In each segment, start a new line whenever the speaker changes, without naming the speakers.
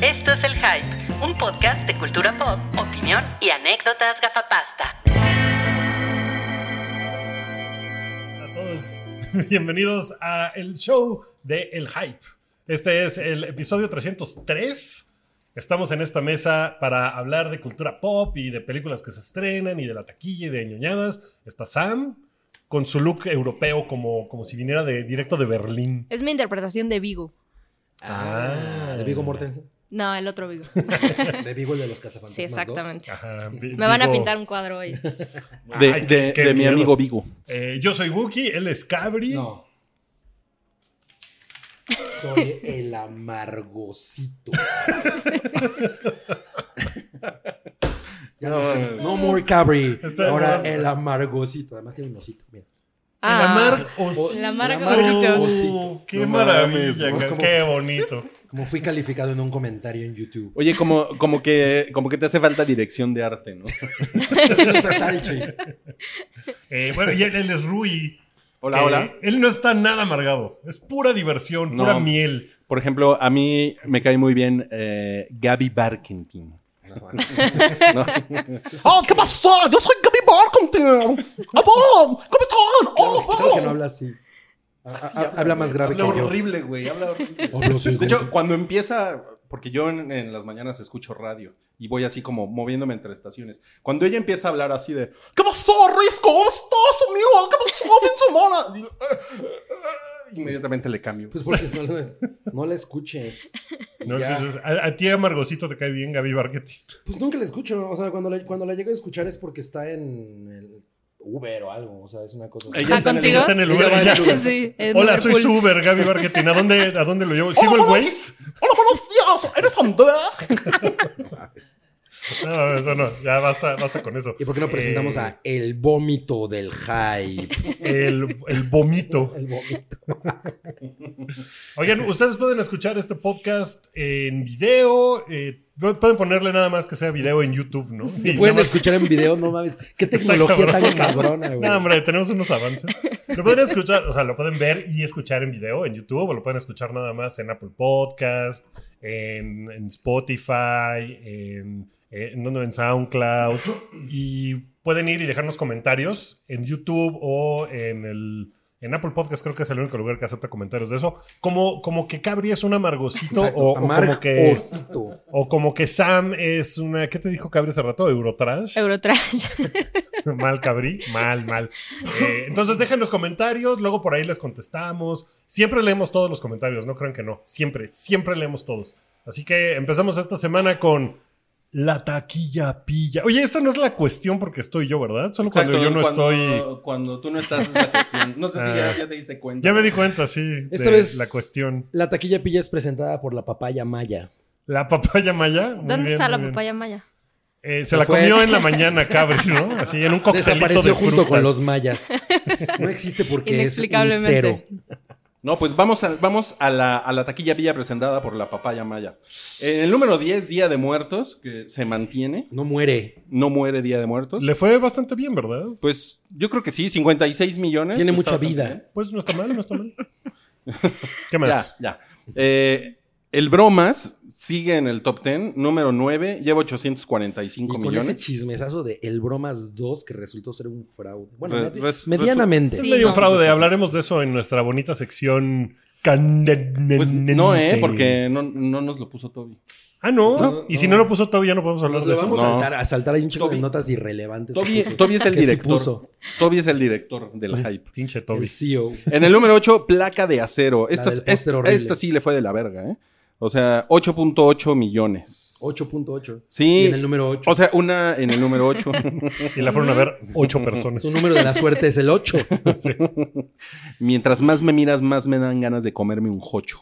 Esto es El Hype, un podcast de cultura pop, opinión y anécdotas gafapasta.
a todos. Bienvenidos a el show de El Hype. Este es el episodio 303. Estamos en esta mesa para hablar de cultura pop y de películas que se estrenan y de la taquilla y de ñoñadas. Está Sam con su look europeo como, como si viniera de directo de Berlín.
Es mi interpretación de Vigo.
Ah.
de Vigo Mortensen.
No, el otro Vigo.
De Vigo, el de los cazafantasmas.
Sí, exactamente.
Ajá,
Me van a pintar un cuadro hoy.
de,
Ay,
de-
qué
de mi
miedo.
amigo Vigo.
eh, yo soy Wookie, él es Cabri.
dos. No. Soy el amargosito. Ya no, no more Cabri.
Está
Ahora
hermoso.
el amargosito. Además tiene un osito. Mira.
El
Ah,
Amar Osito.
El Amar
Osito.
Oh, Qué
No
maravilla,
mames,
¿no?
qué bonito.
Como fui calificado en un comentario en YouTube.
Oye, como, como, que, como que te hace falta dirección de arte, ¿no?
Ese no está Salchi.
Eh, bueno, y él, él es Rui.
Hola,
que
hola.
Él no está nada amargado. Es pura diversión,
No.
pura miel.
Por ejemplo, a mí me cae muy bien eh, Gaby Barkentin. ¿no? ¡Oh, qué pasó! ¡Yo soy Gaby Barkentin! ¡Ah, ¿Cómo están? ¡Oh,
Creo que no habla así. Ha- ha- habla más grave que
Habla
yo.
horrible, güey. Habla horrible.
Hablo así,
De
como
hecho,
si-
cuando empieza, porque yo en, en las mañanas escucho radio y voy así como moviéndome entre estaciones. Cuando ella empieza a hablar así de ¿Qué pasó, Risco? ¿Cómo estás, amigo? ¿Qué pasó, Benzomona? Y yo, "Ah, ah, ah", Inmediatamente le cambio.
Pues porque no, la- no la escuches.
¿no?
Ya.
Entonces, a, a ti, Amargosito, te cae bien, Gaby Bargetti.
Pues nunca la escucho, o sea, cuando la, cuando la llego a escuchar es porque está en el Uber o algo, o sea, es una cosa así.
Ella
¿Ah,
está en el-
contigo?
ella
Está en el lugar.
va
y ya.
en el Uber.
sí. en
Hola,
Liverpool.
soy su Uber, Gaby Bargetti. ¿A dónde, ¿A dónde lo llevo?
Oh,
¿Sigo
Hola,
el
buenos-
Waze?
Hola, buenos días. ¿Eres Andrea?
No, eso no. Ya basta, basta con eso.
¿Y por qué no presentamos
Eh,
a El Vómito del Hype?
El, el vomito.
El Vómito.
Oigan, ustedes pueden escuchar este podcast en video. eh, pueden ponerle nada más que sea video en YouTube, ¿no? Sí,
Pueden
nada más-
escuchar en video, no mames. Qué
Está
tecnología tan
cabrón.
cabrona, güey.
No, hombre, tenemos unos avances. Lo pueden escuchar, o sea, lo pueden ver y escuchar en video en YouTube, o lo pueden escuchar nada más en Apple Podcast, en, en Spotify, en, eh, en, ¿dónde? en SoundCloud. Y pueden ir y dejarnos comentarios en YouTube o en el. En Apple Podcast creo que es el único lugar que acepta comentarios de eso. Como, como que Cabri es un amargosito
Exacto,
o, o como
Amarg
que,
Osito.
o como que Sam es una... ¿Qué te dijo Cabri hace rato? ¿Eurotrash?
Eurotrash.
Mal, cabrí. Mal, mal. Eh, entonces, dejen los comentarios, luego por ahí les contestamos. Siempre leemos todos los comentarios, no crean que no. Siempre, siempre leemos todos. Así que empezamos esta semana con la taquilla pilla. Oye, esta no es la cuestión porque estoy yo, ¿verdad? Solo cuando yo no estoy.
Cuando tú no estás es la cuestión. No sé si
Ah.
ya, ya te diste cuenta.
Ya me di cuenta, sí,
Esta
de
vez-
la cuestión.
La taquilla pilla es presentada por la papaya maya.
La papaya maya. Muy
¿Dónde
bien,
está
muy
la
bien.
papaya maya?
Eh, se
Se
la
fue.
comió en la mañana, cabri, ¿no? Así, en un coctelito
Desapareció
de frutas.
junto con los mayas. No existe porque es un cero.
Inexplicablemente.
No, pues vamos a, vamos a, la, a la taquilla villa presentada por la papaya maya. En el número 10, Día de Muertos, que se mantiene.
No muere.
No muere Día de Muertos.
Le fue bastante bien, ¿verdad?
Pues yo creo que sí, 56 millones.
Tiene
Está
mucha
bastante
vida.
bien.
Pues no está mal, no está mal. ¿Qué
Ya,
más?
ya. Eh, el Bromas sigue en el top 10, número 9, lleva 845
Y con ese
millones.
chismesazo de El Bromas 2 que resultó ser un fraude. Bueno,
Re-
medi-
res-
medianamente.
Es
Sí,
medio
no. pues,
fraude, hablaremos de eso en nuestra bonita sección. candente.
Pues no, ¿eh? Porque no, no nos lo puso Toby.
Ah, no.
No,
y si
no.
no lo puso todavía no podemos hablar
Nos
de
le
eso.
vamos
No.
a, saltar, a saltar ahí un chico de
Toby-
notas irrelevantes.
Toby,
que puso-
Toby es el
que sí
director.
puso.
Toby es el director del hype.
Pinche
El E
Toby.
CEO.
En el número 8, Placa de Acero.
La
Esta,
del
es-
póster
esta-
horrible.
esta sí le fue de la verga, ¿eh? O sea, 8.8 millones.
8.8. Y
Sí.
en el número 8.
O sea, una en el número 8.
Y la fueron a ver ocho personas.
su número de la suerte es el 8.
Mientras más me miras, más me dan ganas de comerme un jocho.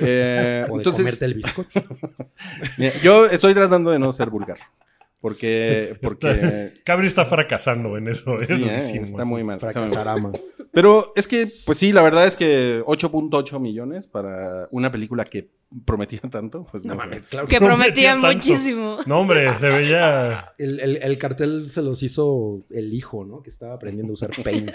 Eh,
O de
entonces,
comerte el bizcocho.
Mira, Yo estoy tratando de no ser vulgar. Porque. porque
Cabri está fracasando en eso. ¿eh?
sí,
Lo
eh,
decimos.
está muy mal. está muy mal.
Fracasarama.
Pero es que, pues sí, la verdad es que 8.8 millones para una película que prometía tanto, pues no, mames.
claro
Que
No
prometían
metía tanto.
muchísimo.
No, hombre, se veía.
El, el- el cartel se los hizo el hijo, ¿no? Que estaba aprendiendo a usar Paint.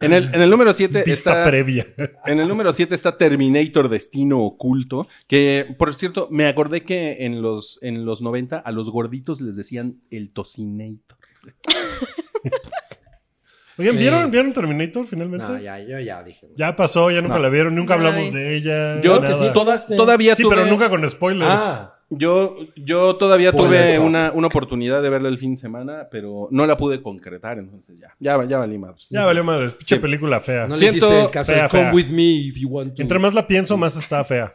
En el, en el número 7
Vista
Este está...
previa.
En el número 7 está Terminator Destino Oculto, que por cierto, me acordé que en los, en los 90 a los gorditos les decían el tocinator.
Oigan,
Sí.
¿vieron, ¿vieron Terminator finalmente?
no,
ya.
ya, yo ya dije.
pasó, ya nunca
No.
la vieron, nunca
No la
hablamos
vi.
de ella.
Yo
nada.
que sí,
todas.
Todavía
Sí,
tuve,
pero nunca con spoilers.
Ah,
yo, yo todavía
Spoiler.
tuve una, una oportunidad de verla el fin de semana, pero no la pude concretar, entonces ya, ya, ya valí madres.
ya valió madre, pinche
Sí.
película fea.
no le
Siento-
hiciste el caso. de
fea,
Come
fea.
with me if you want to.
Entre más la
Mm.
pienso, más está fea.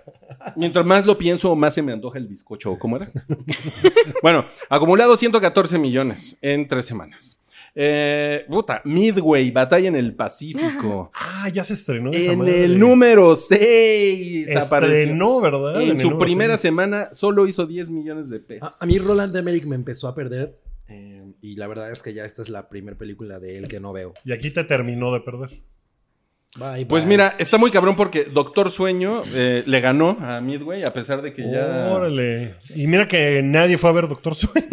Mientras más lo pienso, más se me antoja el bizcocho, ¿o ¿cómo era? bueno, acumulado 114 millones en tres semanas. Eh, puta, Midway, batalla en el Pacífico.
Ah, ya se estrenó. esa
En
madre.
el número 6
Estrenó, ¿verdad?
En
el
su
número
primera
seis.
semana solo hizo 10 millones de pesos.
A, a mí Roland Emmerich me empezó a perder. eh, y la verdad es que ya esta es la primera película de él que no veo.
Y aquí te terminó de perder.
Bye,
Pues
bye.
mira, está muy cabrón porque Doctor Sueño eh, le ganó a Midway a pesar de que ya...
Órale. Y mira que nadie fue a ver Doctor Sueño.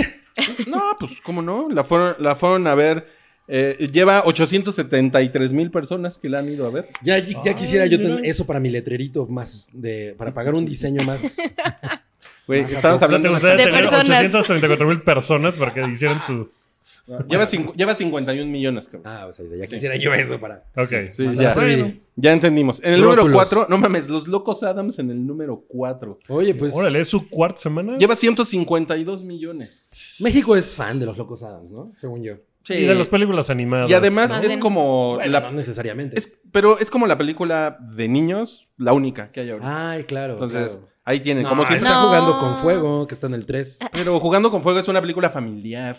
No, pues cómo no, la fueron, la fueron a ver. eh, lleva 873 mil personas que la han ido a ver.
Ya, ya
Ay,
quisiera yo tener
mira.
eso para mi letrerito más de para pagar un diseño más.
Güey,
Ah,
estábamos
o sea,
O sea, te
hablando... de
gustaría
una
De
tener
personas.
834 mil personas para que hicieran tu.
ca- Lleva, cincu- lleva 51 millones, cabrón.
Ah, o sea, ya quisiera yo eso para.
Ok.
Sí,
más
ya,
rápido.
sí, ya entendimos. En el número
Bróculos.
4, no mames, los locos Adams en el número 4.
Oye, pues
Órale, es su cuarta semana.
Lleva 152 millones.
México es fan de los Locos Adams, ¿no? Según yo.
Sí.
Y de las películas animadas.
Y además
Más
es
bien.
como
Bueno,
la
no necesariamente.
es- pero es como la película de niños, la única que hay ahorita.
Ay, claro.
Entonces,
claro.
ahí tienen,
No,
como si
está
No.
jugando con fuego, que está en el 3.
Pero jugando con fuego es una película familiar.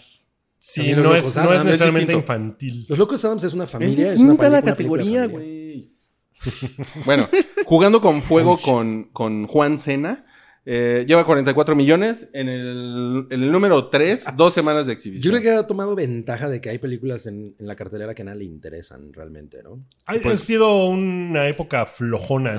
Sí,
También los
no
locos
es, no
Adams,
es
es
necesariamente
distinto.
infantil.
Los Locos Adams es una familia.
es
una
distinta la
peli- una película
categoría,
familiar.
güey. bueno, jugando con fuego con, con Juan Cena. eh, lleva 44 millones en el, en el número 3, dos semanas
Yo
de exhibición.
creo que ha tomado ventaja de que hay películas en, en la cartelera que a nadie le interesan realmente, ¿no?
Ha,
Pues-
ha sido una época flojona,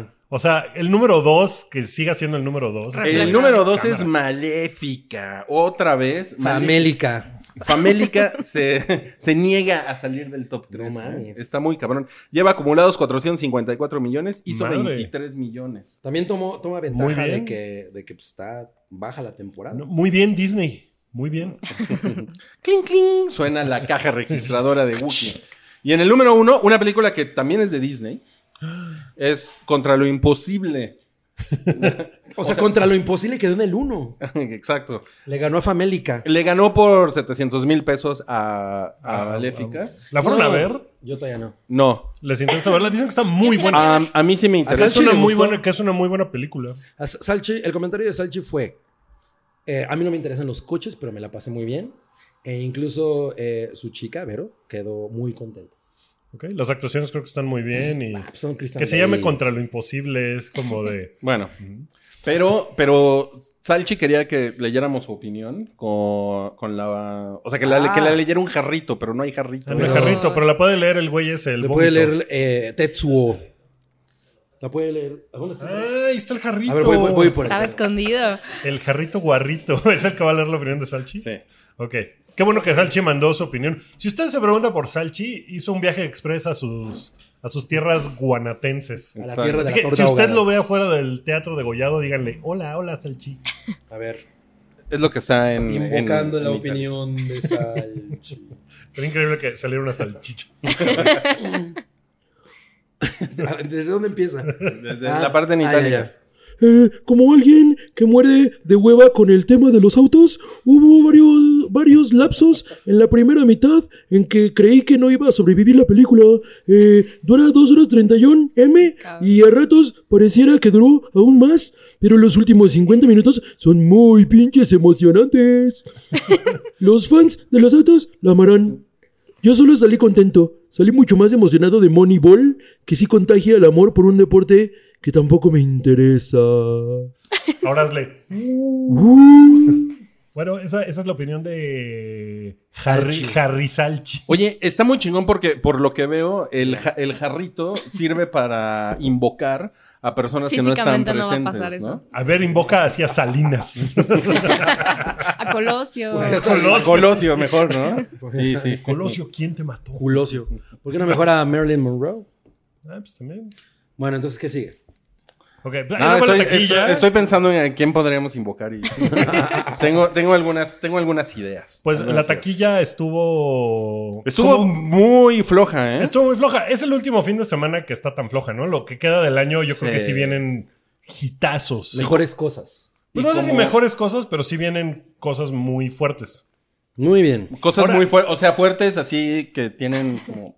¿no? O sea, el número dos, que siga siendo el número dos. es
Ah, El
que-
número 2 es
Cámara.
Maléfica. Otra vez. Maléfica.
Famélica.
Famélica se, se niega a salir del top 3.
No mames.
Está muy cabrón. Lleva acumulados 454 millones, hizo
Madre.
23 millones.
También tomó, toma
Muy
ventaja de
bien.
que, de que pues, está baja la temporada.
No, Muy bien, Disney. Muy bien.
¡Cling, cling! Suena la caja registradora de Wookiee. Y en el número uno, una película que también es de Disney, es Contra lo Imposible.
O, sea, contra lo imposible quedó en el 1.
Exacto.
Le ganó a Famélica.
Le ganó por 700 mil pesos a, a
Ah,
Maléfica.
vamos. ¿La fueron
No,
a ver?
Yo todavía no.
No.
¿Les interesa verla? Dicen que está muy
Yo sí la
buena.
A, a mí sí me interesa.
Que es,
Salchi
una
Ah, le
muy
gustó.
buena, que es una muy buena película.
A Sa- Salchi, el comentario de Salchi fue: eh, A mí no me interesan los coches, pero me la pasé muy bien. E incluso eh, su chica, Vero, quedó muy contenta.
¿ok? Las actuaciones creo que están muy bien. y
Ah, pues son Christian
Que se llame
Bale.
Contra lo Imposible es como de...
Bueno, pero, pero Salchi quería que leyéramos su opinión con, con la... O sea, que la,
Ah.
que la leyera un jarrito, pero no hay jarrito.
Un
Pero-
Ah, jarrito, pero la puede leer el güey ese, el
Lo puede
vómito.
leer eh, Tetsuo. La puede leer. ¿A dónde está?
Ah, ahí está el jarrito.
A ver, voy, voy, voy por
Estaba
ahí.
escondido.
El jarrito guarrito. ¿Es el que va a leer la opinión de Salchi?
Sí.
Ok. Qué bueno que Salchi mandó su opinión. Si usted se pregunta por Salchi, hizo un viaje express a sus, a sus tierras guanatenses.
A la tierra
Así
de la
que
torta
si usted
ahogada.
lo ve afuera del teatro de Gollado, díganle, hola, hola Salchi.
A ver.
Es lo que está en...
Invocando
en-
la
en
opinión de Salchi.
Sería increíble que saliera una salchicha.
Ah, ¿Desde dónde empieza?
Italia. Desde
Ah,
la parte en
ah, ya,
Italia.
ya.
Eh, como alguien que muere de hueva con el tema de los autos, hubo varios, varios lapsos en la primera mitad en que creí que no iba a sobrevivir la película. Eh, dura 2 horas 31 M y a ratos pareciera que duró aún más, pero los últimos 50 minutos son muy pinches emocionantes. los fans de los autos la amarán. Yo solo salí contento, salí mucho más emocionado de Moneyball, que sí contagia el amor por un deporte que tampoco me interesa.
Ahora hazle.
Uh,
Bueno, esa, esa es la opinión de Harry, Harry Salchi.
Oye, está muy chingón porque, por lo que veo, el, ja- el jarrito sirve para invocar a personas que no están
Físicamente no va a
presentes. No
pasar eso.
A ver, invoca hacia Salinas.
A
Colosio.
Colosio.
Pues,
Pues,
Colosio, mejor, ¿no? Sí, sí.
Colosio, ¿quién te mató?
Culosio. ¿Por qué no mejor a Marilyn Monroe?
Ah, pues también.
Bueno, entonces, ¿qué sigue?
Ok,
No,
esa fue la
estoy,
taquilla.
estoy- estoy pensando en a quién podríamos invocar y tengo, tengo, algunas, tengo algunas ideas.
Pues
Algunas
la
ideas.
taquilla estuvo...
Ah, Estuvo muy floja, ¿eh?
Estuvo muy floja. Es el último fin de semana que está tan floja, ¿no? Lo que queda del año, yo creo
Sí.
que sí vienen hitazos.
Mejores cosas.
Pues
Y
no sé si
como-
mejores cosas, pero sí vienen cosas muy fuertes.
Muy bien.
Cosas
Ahora-
muy fuertes, o sea, fuertes así que tienen como...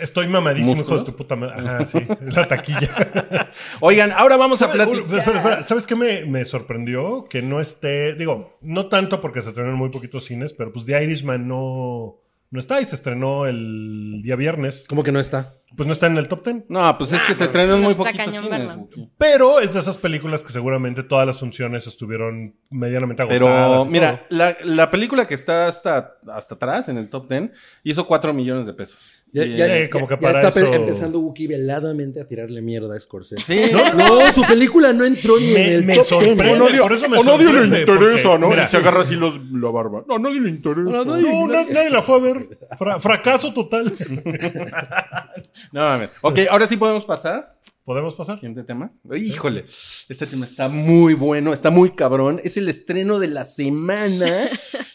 Estoy mamadísimo,
¿Músculo?
hijo de tu puta madre. Ajá, sí. Es la taquilla.
Oigan, ahora vamos a
Espera,
platicar.
espera, espera. ¿Sabes qué me, me sorprendió? Que no esté... Digo, no tanto porque se estrenaron muy poquitos cines, pero pues The Irishman no... No está y se estrenó el día viernes.
¿Cómo que no está?
Pues no está en el top ten.
No, pues es que se
pues,
estrenan muy
está
poquitos
cañón
cines.
verla.
Buki.
Pero es de esas películas que seguramente todas las funciones estuvieron medianamente agotadas.
Pero
y
mira, la, la película que está hasta, hasta atrás en el top 10 hizo 4 millones de pesos. Y, eh,
Sí, como que para
está pe-
eso-
empezando Wookiee veladamente a tirarle mierda a Scorsese.
Sí,
No, no, su película no entró ni en
Me,
el
me
top ten,
sorprende.
¿eh?
por eso me sorprende, porque, mira,
agarra así los, la barba. No, a nadie le interesa.
No, no,
No,
no, na- nadie la fue a ver. Fra- fracaso total.
mames. Ok, ahora sí podemos pasar.
¿Podemos pasar?
Siguiente tema. Híjole, este tema está muy bueno, está muy cabrón. Es el estreno de la semana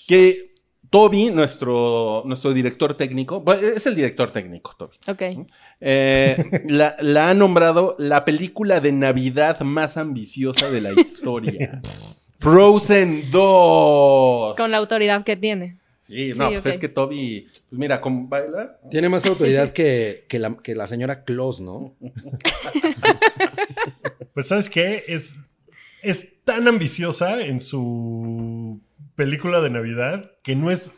que Toby, nuestro, nuestro director técnico, bueno, es el director técnico, Toby.
Ok.
Eh, la, la ha nombrado la película de Navidad más ambiciosa de la historia. Frozen 2.
Con la autoridad que tiene.
Sí, no,
Sí,
pues
ok.
es que Toby, pues mira, con bailar.
Tiene más autoridad que, que la, que la señora Claus, ¿no?
Pues sabes qué? Es, es tan ambiciosa en su película de Navidad que no es...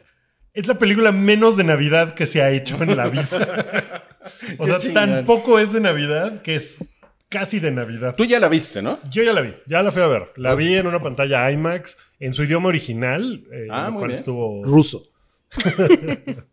Es la película menos de Navidad que se ha hecho en la vida. o
Qué
sea,
chingón.
tampoco es de Navidad que es casi de Navidad.
Tú ya la viste, ¿no?
Yo ya la vi, ya la fui a ver. La vi en una pantalla IMAX, en su idioma original, eh,
Ah,
lo
muy
cual
bien.
estuvo...
Ruso.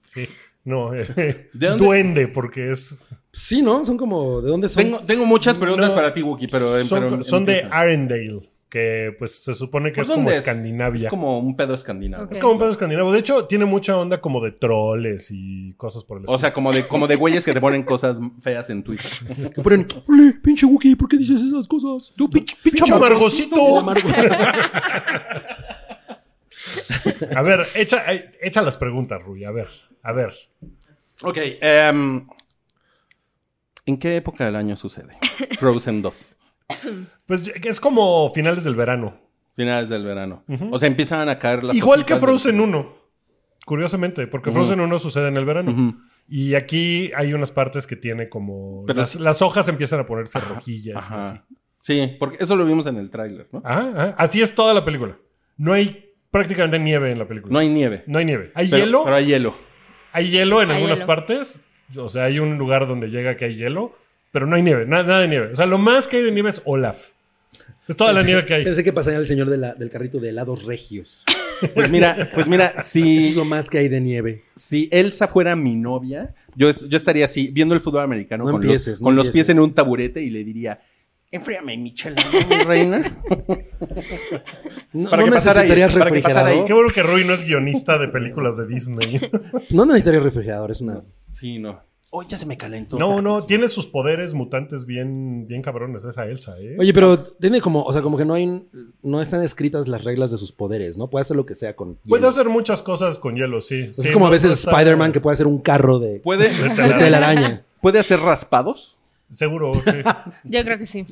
Sí, no, eh,
¿De dónde?
duende, porque es...
Sí, ¿no? Son como, ¿de dónde son?
Tengo, tengo muchas preguntas
No.
para ti, Wookie, pero.
son
pero-
son de
empieza.
Arendale, que pues se supone que
¿Por
es como
dónde
Escandinavia.
Es como un pedo escandinavo.
Ok.
Es como un pedo escandinavo. De hecho, tiene mucha onda como de troles y cosas por el
O sea, como de, como de güeyes que te ponen cosas feas en Twitter.
Que ponen, "Ole, pinche Wookiee, ¿por qué dices esas cosas?
Tú, pinche,
pinche amargosito.
Amargo.
A ver, echa, ay, echa las preguntas, Rui. A ver, a ver.
Ok. em, ¿En qué época del año sucede? Frozen 2.
Pues es como finales del verano.
Finales del verano. O sea, empiezan a caer las.
Igual que
hojitas
Frozen
del-
1. Curiosamente, porque
Ujú.
Frozen 1 sucede en el verano.
Ujú.
Y aquí hay unas partes que tiene como...
Pero
las,
sí.
las hojas empiezan a ponerse rojillas.
Ajá.
Así.
Sí, porque eso lo vimos en el tráiler, ¿no?
Ah, ah, así es toda la película. No hay prácticamente nieve en la película.
No hay nieve.
No hay nieve. Hay
Pero-
hielo.
Pero hay hielo.
Hay hielo en
Hay
algunas
hielo.
partes. O sea, hay un lugar donde llega que hay hielo, pero no hay nieve, nada, nada de nieve. O sea, lo más que hay de nieve es Olaf. Es toda la nieve que hay.
Pensé que pasaría el señor de la- del carrito de helados regios.
Pues mira, pues mira,
Eso es
si,
lo más que hay de nieve.
si Elsa fuera mi novia, yo, es- yo estaría así, viendo el fútbol americano
No
con,
empieces,
los,
no
con los pies
empieces.
en un taburete y le diría, enfríame mi chela, ¿no, mi reina.
No,
Para
no
que pasara ahí,
necesitarías
para que pasara ahí.
Qué
refrigerador.
bueno que Rui no es guionista de películas de Disney.
No necesitarías refrigerador, es una...
Sí, no. Hoy ya se me calentó.
No, no, tiene sus poderes mutantes bien, bien cabrones, esa Elsa, ¿eh?
Oye, pero tiene como, o sea, como que no hay, no están escritas las reglas de sus poderes, ¿no? Puede hacer lo que sea con hielo.
Puede hacer muchas cosas con hielo, sí.
es como a veces Spider-Man que
que
puede hacer un carro de,
¿Puede,
de telaraña.
¿Puede hacer raspados?
Seguro, sí.
Yo creo que sí.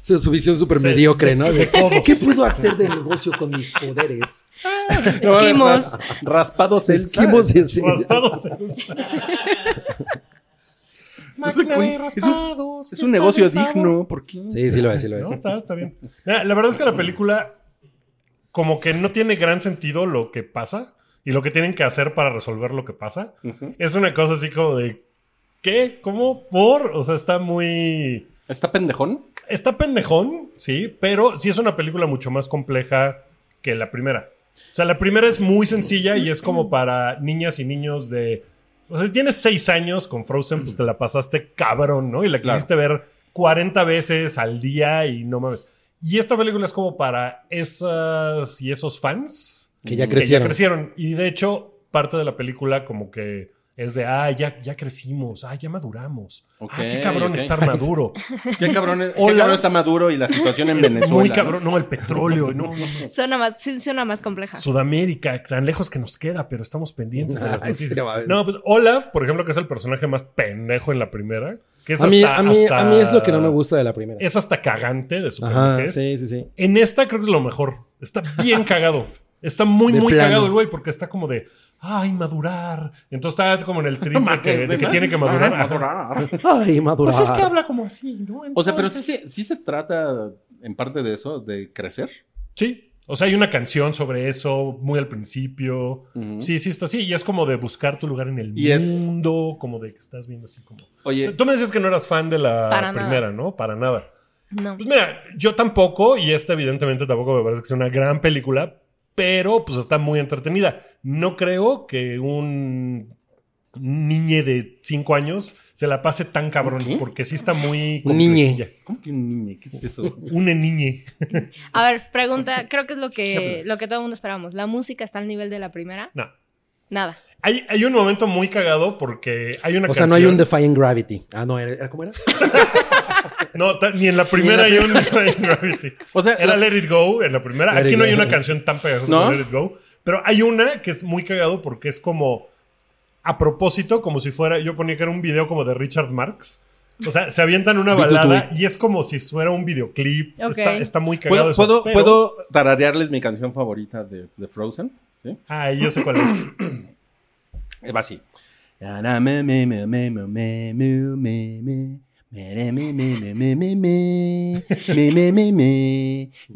Su, su visión súper
Sí,
mediocre, ¿no? De,
codos.
¿Qué puedo hacer de negocio con mis poderes?
Esquimos.
ras- raspados Elsa.
Esquimos y
Raspados Elsa. Máquina
güey,
de
es un-
raspados,
Es
fiesta
un negocio
de sabor.
digno, ¿por qué?
Sí, sí lo es, sí lo es.
No, está, está bien. Mira, la verdad es que la película como que no tiene gran sentido lo que pasa y lo que tienen que hacer para resolver lo que pasa.
Ujú.
Es una cosa así como de ¿qué? ¿Cómo? ¿Por? O sea, está muy
¿Está pendejón?
está pendejón, sí, pero sí es una película mucho más compleja que la primera. O sea, la primera es muy sencilla y es como para niñas y niños de. O sea, si tienes seis años con Frozen, pues te la pasaste cabrón, ¿no? Y la
Claro.
quisiste ver 40 veces al día y no mames. Y esta película es como para esas y esos fans
Que ya
Que ya
que ya
crecieron.
crecieron. Y de hecho, parte de la película como que es de, ah, ya, ya crecimos, ah, ya maduramos.
Ok,
ah, qué cabrón
ok.
estar maduro.
Qué cabrón, es- qué
Hola.
cabrón está Maduro y la situación en Venezuela.
Muy
¿no?
cabrón, no, el petróleo, no, no, no.
Suena más, sí, suena más compleja.
Sudamérica, tan lejos que nos queda, pero estamos pendientes de las
Ah, sí,
noticias.
no mames.
No, pues Olaf, por ejemplo, que es el personaje más pendejo en la primera. Que es
a, mí,
hasta-
a, mí,
hasta-
a mí es lo que no me gusta de la primera.
Es hasta cagante de su
Ajá,
pendejez.
sí, sí, sí.
En esta creo que es lo mejor. Está bien cagado. Está muy,
De
muy
plano.
cagado el güey, porque está como de, ay, madurar. Entonces está como en el trip de,
mames,
que, de
¿verdad?
que tiene que madurar.
Ah, madurar.
Ay, madura.
Pues es que habla como así, ¿no?
O sea, pero sí,
Entonces-
se- sí se trata en parte de eso, de crecer.
Sí. O sea, hay una canción sobre eso muy al principio.
Ujú.
Sí, sí, está así. Y es como de buscar tu lugar en el
Y es-
mundo, como de que estás viendo así como... O sea,
Oye,
Tú me decías que no eras fan de la
Para nada.
primera, ¿no? Para nada.
No.
Pues mira, yo tampoco, y esta evidentemente tampoco me parece que sea una gran película, pero pues está muy entretenida. No creo que un niñe de 5 años se la pase tan cabrón,
¿Qué?
porque sí está muy...
Un niñe.
complejilla.
¿cómo que un niño? ¿Qué es eso?
Un niñe.
A ver, pregunta, creo que es lo
¿Qué
que, lo que todo el mundo esperábamos. ¿La música está al nivel de la primera?
No.
Nada.
Hay, hay un momento muy cagado porque hay una
O sea,
canción...
no hay un Defying Gravity. Ah, no, ¿era, ¿cómo era?
No, ta- ni en la primera hay un Defying Gravity.
O sea,
Era
las-
Let It Go en la primera.
Let
Aquí
It
no hay
Go.
una canción tan pegajosa
¿No?
como Let It Go. Pero hay una que es muy cagado porque es como a propósito, como si fuera. Yo ponía que era un video como de Richard Marx. O sea, se avientan una
Bitutuy.
balada y es como si fuera un videoclip.
Ok.
Está, está muy cagado.
¿puedo,
eso,
puedo,
pero-
puedo tararearles mi canción favorita de, de Frozen? ¿Sí?
Ah, yo sé cuál es.
Eh, Va así. Esa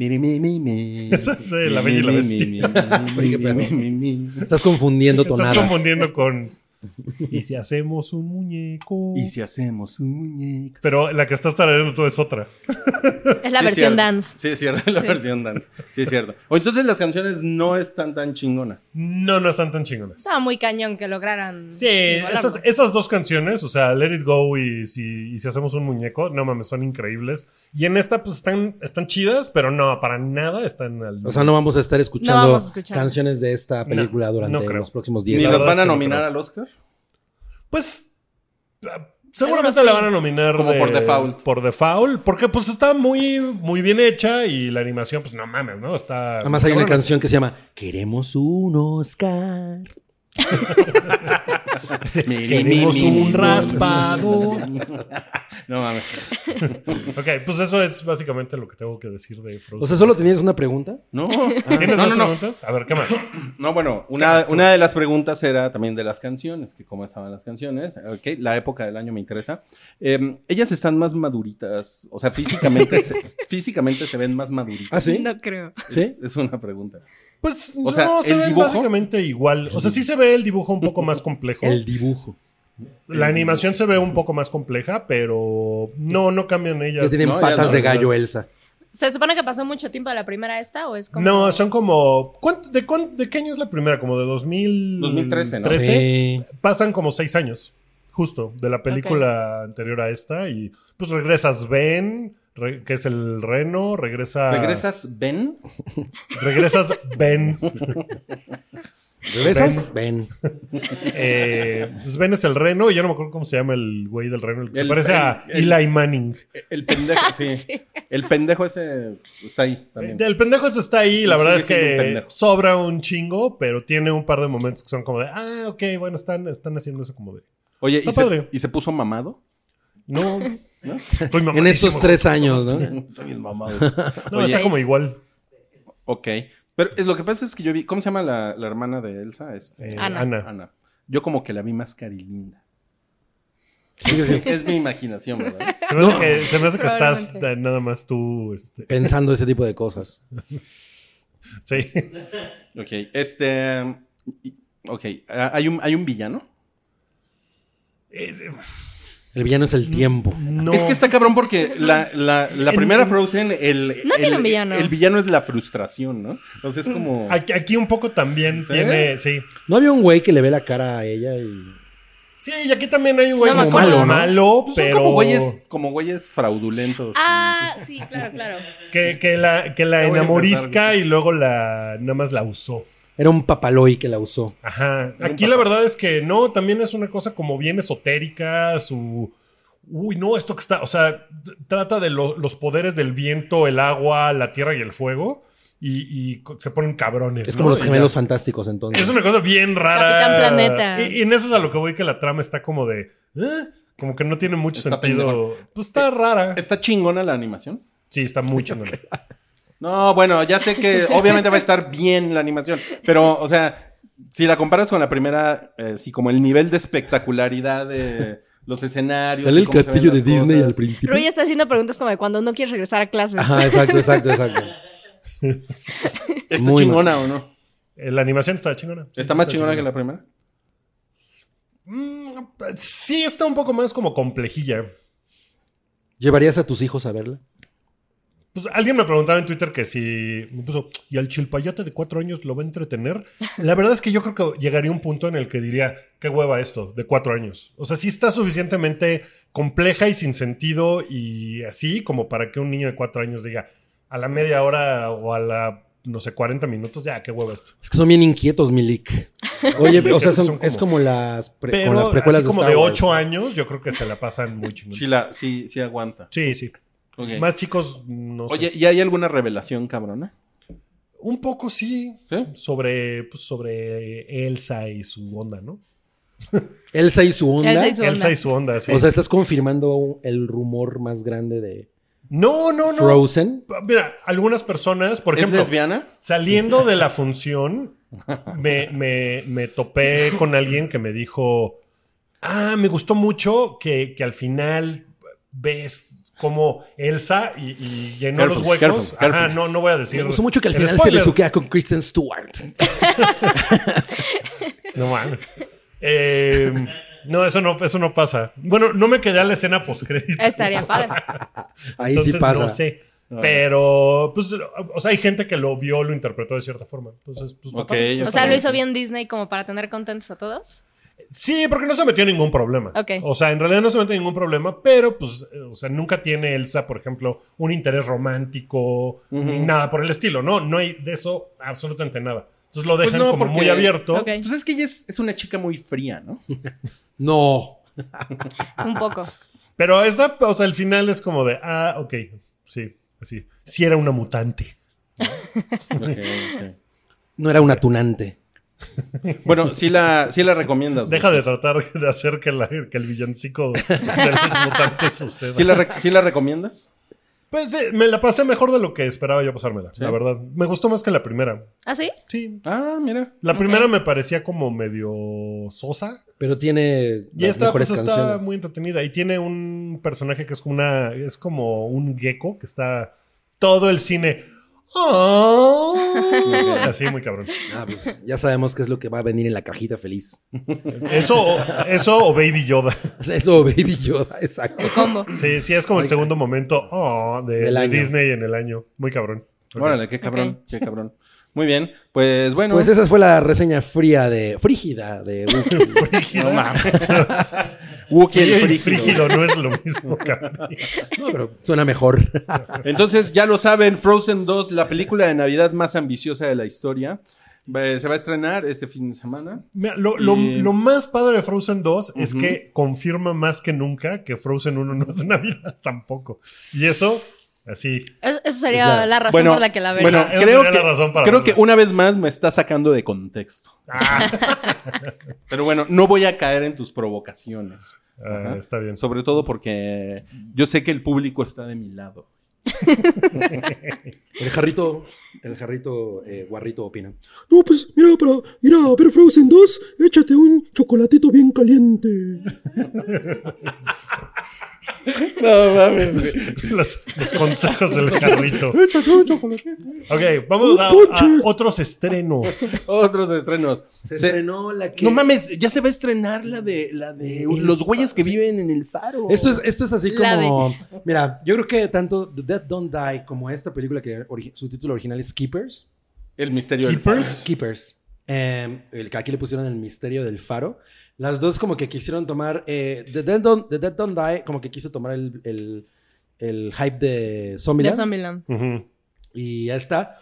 Esa es de La Bella y la Bestia.
Sí, qué pedo. Estás confundiendo
Estás
tonadas.
confundiendo con. ¿Y si hacemos un muñeco?
Y si hacemos un muñeco.
Pero la que estás tarareando tú es otra.
Es la
Sí, es
versión
cierto.
dance.
Sí, es cierto, la
Sí.
versión dance. Sí, es cierto. O entonces las canciones no están tan chingonas.
No, no están tan chingonas.
Estaba muy cañón que lograran.
Sí,
igualarlo.
esas, esas dos canciones, o sea, Let It Go y si, y si hacemos un muñeco, no mames, son increíbles. Y en esta, pues están, están chidas, pero no, para nada están al.
O sea, no vamos a estar escuchando
No vamos a escuchar.
canciones de esta película
No,
durante
no creo.
los próximos
¿Ni
10
la
las
años.
verdad
van a
es que no
nominar
creo.
al Oscar?
Pues. ah, Seguramente
Algunos
la
sí.
van a nominar
Como
de-
por default.
Por default, porque pues está muy, muy bien hecha y la animación, pues no mames, ¿no? Está.
Además hay una
cabrona.
canción que se llama Queremos un Oscar.
Tenemos un raspado.
No mames.
Ok, pues eso es básicamente lo que tengo que decir de Frozen.
O sea, solo tenías una pregunta.
No.
¿Tienes
No,
más
no, no.
preguntas? A ver, ¿qué más?
No, bueno, una, una de las preguntas era también de las canciones, que cómo estaban las canciones. Ok, la época del año me interesa. Eh, ellas están más maduritas, o sea, físicamente, se, físicamente se ven más maduritas.
¿Ah, sí?
No creo.
¿Sí?
Es una pregunta.
Pues
O sea,
no, se
¿el
ven
dibujo?
básicamente igual. O sea, sí se ve el dibujo un poco más complejo.
El dibujo.
La
Eh,
animación se ve un poco más compleja, pero no, no cambian
Que
ellas.
tienen
no, ya
patas
no,
de
ya.
gallo Elsa.
¿Se supone que pasó mucho tiempo de la primera a esta o es como.?
No, son como... ¿cuánto- de, cuán- ¿De qué año es la primera? Como de 2000...
2013, ¿no?
13.
Sí.
Pasan como seis años, justo, de la película anterior a esta. Y pues regresas Ben, re- que es el reno,
Ah.
regresa...
¿Regresas, Ben?
Regresas Ben.
¿Regresas? Ven.
Eh, Sven es el reno, y ya no me acuerdo cómo se llama el güey del reno, el que se
El-
parece a
el-
Eli Manning.
E, El pendejo, sí.
Sí.
El pendejo ese está ahí también.
El pendejo ese está ahí, la
Sí,
verdad
sigue
es
siendo un
que
pendejo.
sobra un chingo, pero tiene un par de momentos que son como de, ah, ok, bueno, están, están haciendo eso como de,
Oye,
Está
¿y se,
padre.
¿y se puso mamado?
no,
¿No?
estoy mamadísimo.
En estos tres años, ¿no?
Está bien mamado.
No,
Oye,
está como
Seis.
igual.
ok. Pero es, lo que pasa es que yo vi... ¿Cómo se llama la, la hermana de Elsa? Este,
eh, Ana.
Ana.
Ah.
Ana. Yo como que la vi más carilinda.
Sí, sí.
Es mi imaginación, ¿verdad?
Se me, hace que, se me hace que estás
Probablemente.
eh, nada más tú, este,
Pensando ese tipo de cosas.
sí.
Ok, este... y- Ok, ah, ¿hay un, hay un villano?
Es-
El villano es el tiempo.
No.
Es que está cabrón porque la, la, la
En-
primera
en-
Frozen, el,
Pues, No
el-
tiene un villano. Mm.
el villano es la frustración, ¿no? Entonces es como...
Aquí, aquí un poco también
¿Sí?
tiene, sí.
¿No había un güey que le ve la cara a ella y...
Sí, y aquí también hay un güey
Son más
como malo,
como-
malo,
Pues son
pero
como güeyes, como güeyes fraudulentos.
Ah, sí, claro, claro.
que, que la, que la
Ya voy a
enamorisca
empezar.
y luego la nada más la usó.
Era un papaloy que la usó.
Ajá.
Era un
Aquí la
papá.
verdad es que no, también es una cosa como bien esotérica, su... Uy, no, esto que está, o sea, t- trata de lo- los poderes del viento, el agua, la tierra y el fuego, y, y co- se ponen cabrones.
Es
¿no?
como los
Y ya.
gemelos fantásticos entonces.
Es una cosa bien rara.
Capitán Planeta.
Y, y en eso es a lo que voy, que la trama está como de... ¿eh? Como que no tiene mucho
Está
sentido.
pendejo.
Pues está rara.
¿Está chingona la animación?
Sí, está muy chingona.
No, bueno, ya sé que obviamente va a estar bien la animación, pero, o sea, si la comparas con la primera, eh, sí, como el nivel de espectacularidad de los escenarios. y
Sale el
cómo se ven
castillo de
las
Disney
cosas.
al principio.
Rui está haciendo preguntas como de cuando no quieres regresar a clases.
Ajá, exacto, exacto, exacto.
¿Está
Muy mal.
chingona o no?
Eh, La animación está chingona. Sí,
¿Está más chingona que la primera?
Mm, sí, está un poco más como complejilla.
¿Llevarías a tus hijos a verla?
Pues alguien me preguntaba en Twitter que si me puso, ¿y al chilpayate de cuatro años lo va a entretener? La verdad es que yo creo que llegaría un punto en el que diría, qué hueva esto, de cuatro años. O sea, sí está suficientemente compleja y sin sentido y así como para que un niño de cuatro años diga, a la media hora o a la, no sé, 40 minutos, ya, qué hueva esto.
Es que son bien inquietos, Milik. Oye,
Milik,
o sea,
esos
son-
son como-
es como las, pre-
Pero
con las precuelas
así como
Star
de
Wars.
ocho años, yo creo que se la pasan muy chingón.
Sí, la, sí, sí aguanta.
Sí, sí.
Ok.
Más chicos, no sé.
Oye, ¿y hay alguna revelación cabrona?
Un poco sí,
¿Sí?
sobre, pues, sobre Elsa y su onda, ¿no?
Elsa y su onda.
Elsa y su-
Elsa
onda.
y su onda, sí.
O sea, estás confirmando un- el rumor más grande de
no, no, no.
Frozen.
Mira, algunas personas, por ejemplo,
¿Es lesbiana?
saliendo de la función, me, me- me topé con alguien que me dijo, ah, me gustó mucho que, que al final ves como Elsa y, y llenó
Careful,
los huecos.
careful,
Ajá,
careful.
no, no voy a decir.
Me gustó mucho que al
el
final se
spoiler.
besuquea con Kristen Stewart.
No mames. Eh, no, eso no, eso no pasa. Bueno, no me quedé a la escena postcrédito.
Estaría padre.
Ahí sí
Entonces,
pasa.
No sé.
Ah.
Pero, pues, o sea, hay gente que lo vio, lo interpretó de cierta forma. Entonces, pues,
Ok,
papá.
ya
O
está
sea, lo hizo bien Disney como para tener contentos a todos.
Sí, porque no se metió en ningún problema.
Ok.
O sea, en realidad no se metió en ningún problema, pero, pues, eh, o sea, nunca tiene Elsa, por ejemplo, un interés romántico ni
Ujú.
nada por el estilo. No, no hay de eso absolutamente nada. Entonces lo
Pues
dejan
no,
como
porque-
muy abierto.
Ok.
Pues es que ella es, es una chica muy fría, ¿no?
No.
Un poco.
Pero esta, o sea, el final es como de, ah, ok, sí, así. Sí era una mutante.
No era un atunante.
Bueno, sí la, sí la recomiendas. güey.
Deja de tratar de hacer que, la- que el villancico de los mutantes suceda.
¿Sí la, re- sí la recomiendas?
Pues eh, me la pasé mejor de lo que esperaba yo pasármela,
¿Sí?
la verdad. Me gustó más que la primera.
¿Ah, sí?
Sí.
Ah, mira.
La
Ok.
primera me parecía como medio sosa.
Pero tiene
Y
las
esta
mejores
pues, está
canciones.
muy entretenida. Y tiene un personaje que es como una. es como un gecko que está todo el cine. "Oh". Así muy cabrón.
Ah, pues ya sabemos qué es lo que va a venir en la cajita feliz.
Eso, o- eso o Baby Yoda.
O sea, Eso, Baby Yoda, exacto.
El combo.
Sí, sí, es como el
Oiga.
segundo momento "Oh", de,
Del
de
año.
Disney en el año. Muy cabrón. Ok.
Órale, qué cabrón, qué cabrón. Muy bien, pues bueno.
Pues esa fue la reseña fría de. frígida de Wookiee.
No mames. Wookiee el
Frío y
frígido.
frígido no es lo mismo, cabrón.
No, pero suena mejor.
Entonces, ya lo saben, Frozen 2, la película de Navidad más ambiciosa de la historia. Eh, se va a estrenar este fin de semana.
Mira, lo, lo-
Y-
lo más padre de Frozen 2 es
Ujú.
que confirma más que nunca que Frozen 1 no es Navidad tampoco. Y eso, así.
Es- Eso sería
Es la-
la, razón
bueno,
por la que la vería.
bueno,
Esa
creo,
sería
que,
la razón para
creo que
verla.
una vez más me está sacando de contexto.
Ah,
Pero bueno, no voy a caer en tus provocaciones.
ah,
Ajá.
está bien.
Sobre todo porque yo sé que el público está de mi lado.
El jarrito, el jarrito eh, guarrito opina.
No, pues mira, para ir a ver Frozen 2, échate un chocolatito bien caliente.
No mames, güey.
Los, los consejos del Carlito. Ok, vamos
Un
a,
ponche.
a otros estrenos.
Otros estrenos.
Se
Se-
estrenó la que.
No mames, ya se va a estrenar la de, la de
El
los güeyes que
sí.
viven en el faro.
Esto es, esto es así
La
como. Mira, yo creo que tanto The Dead Don't Die como esta película que ori- su título original es Keepers.
el misterio
Keepers.
Keepers. eh, el que aquí le pusieron el misterio del faro. Las dos, como que quisieron tomar. eh, The, Dead Don't, The Dead Don't Die, como que quiso tomar el, el- el hype de
De
Zombieland.
Zombieland.
Ujú.
Y ya está.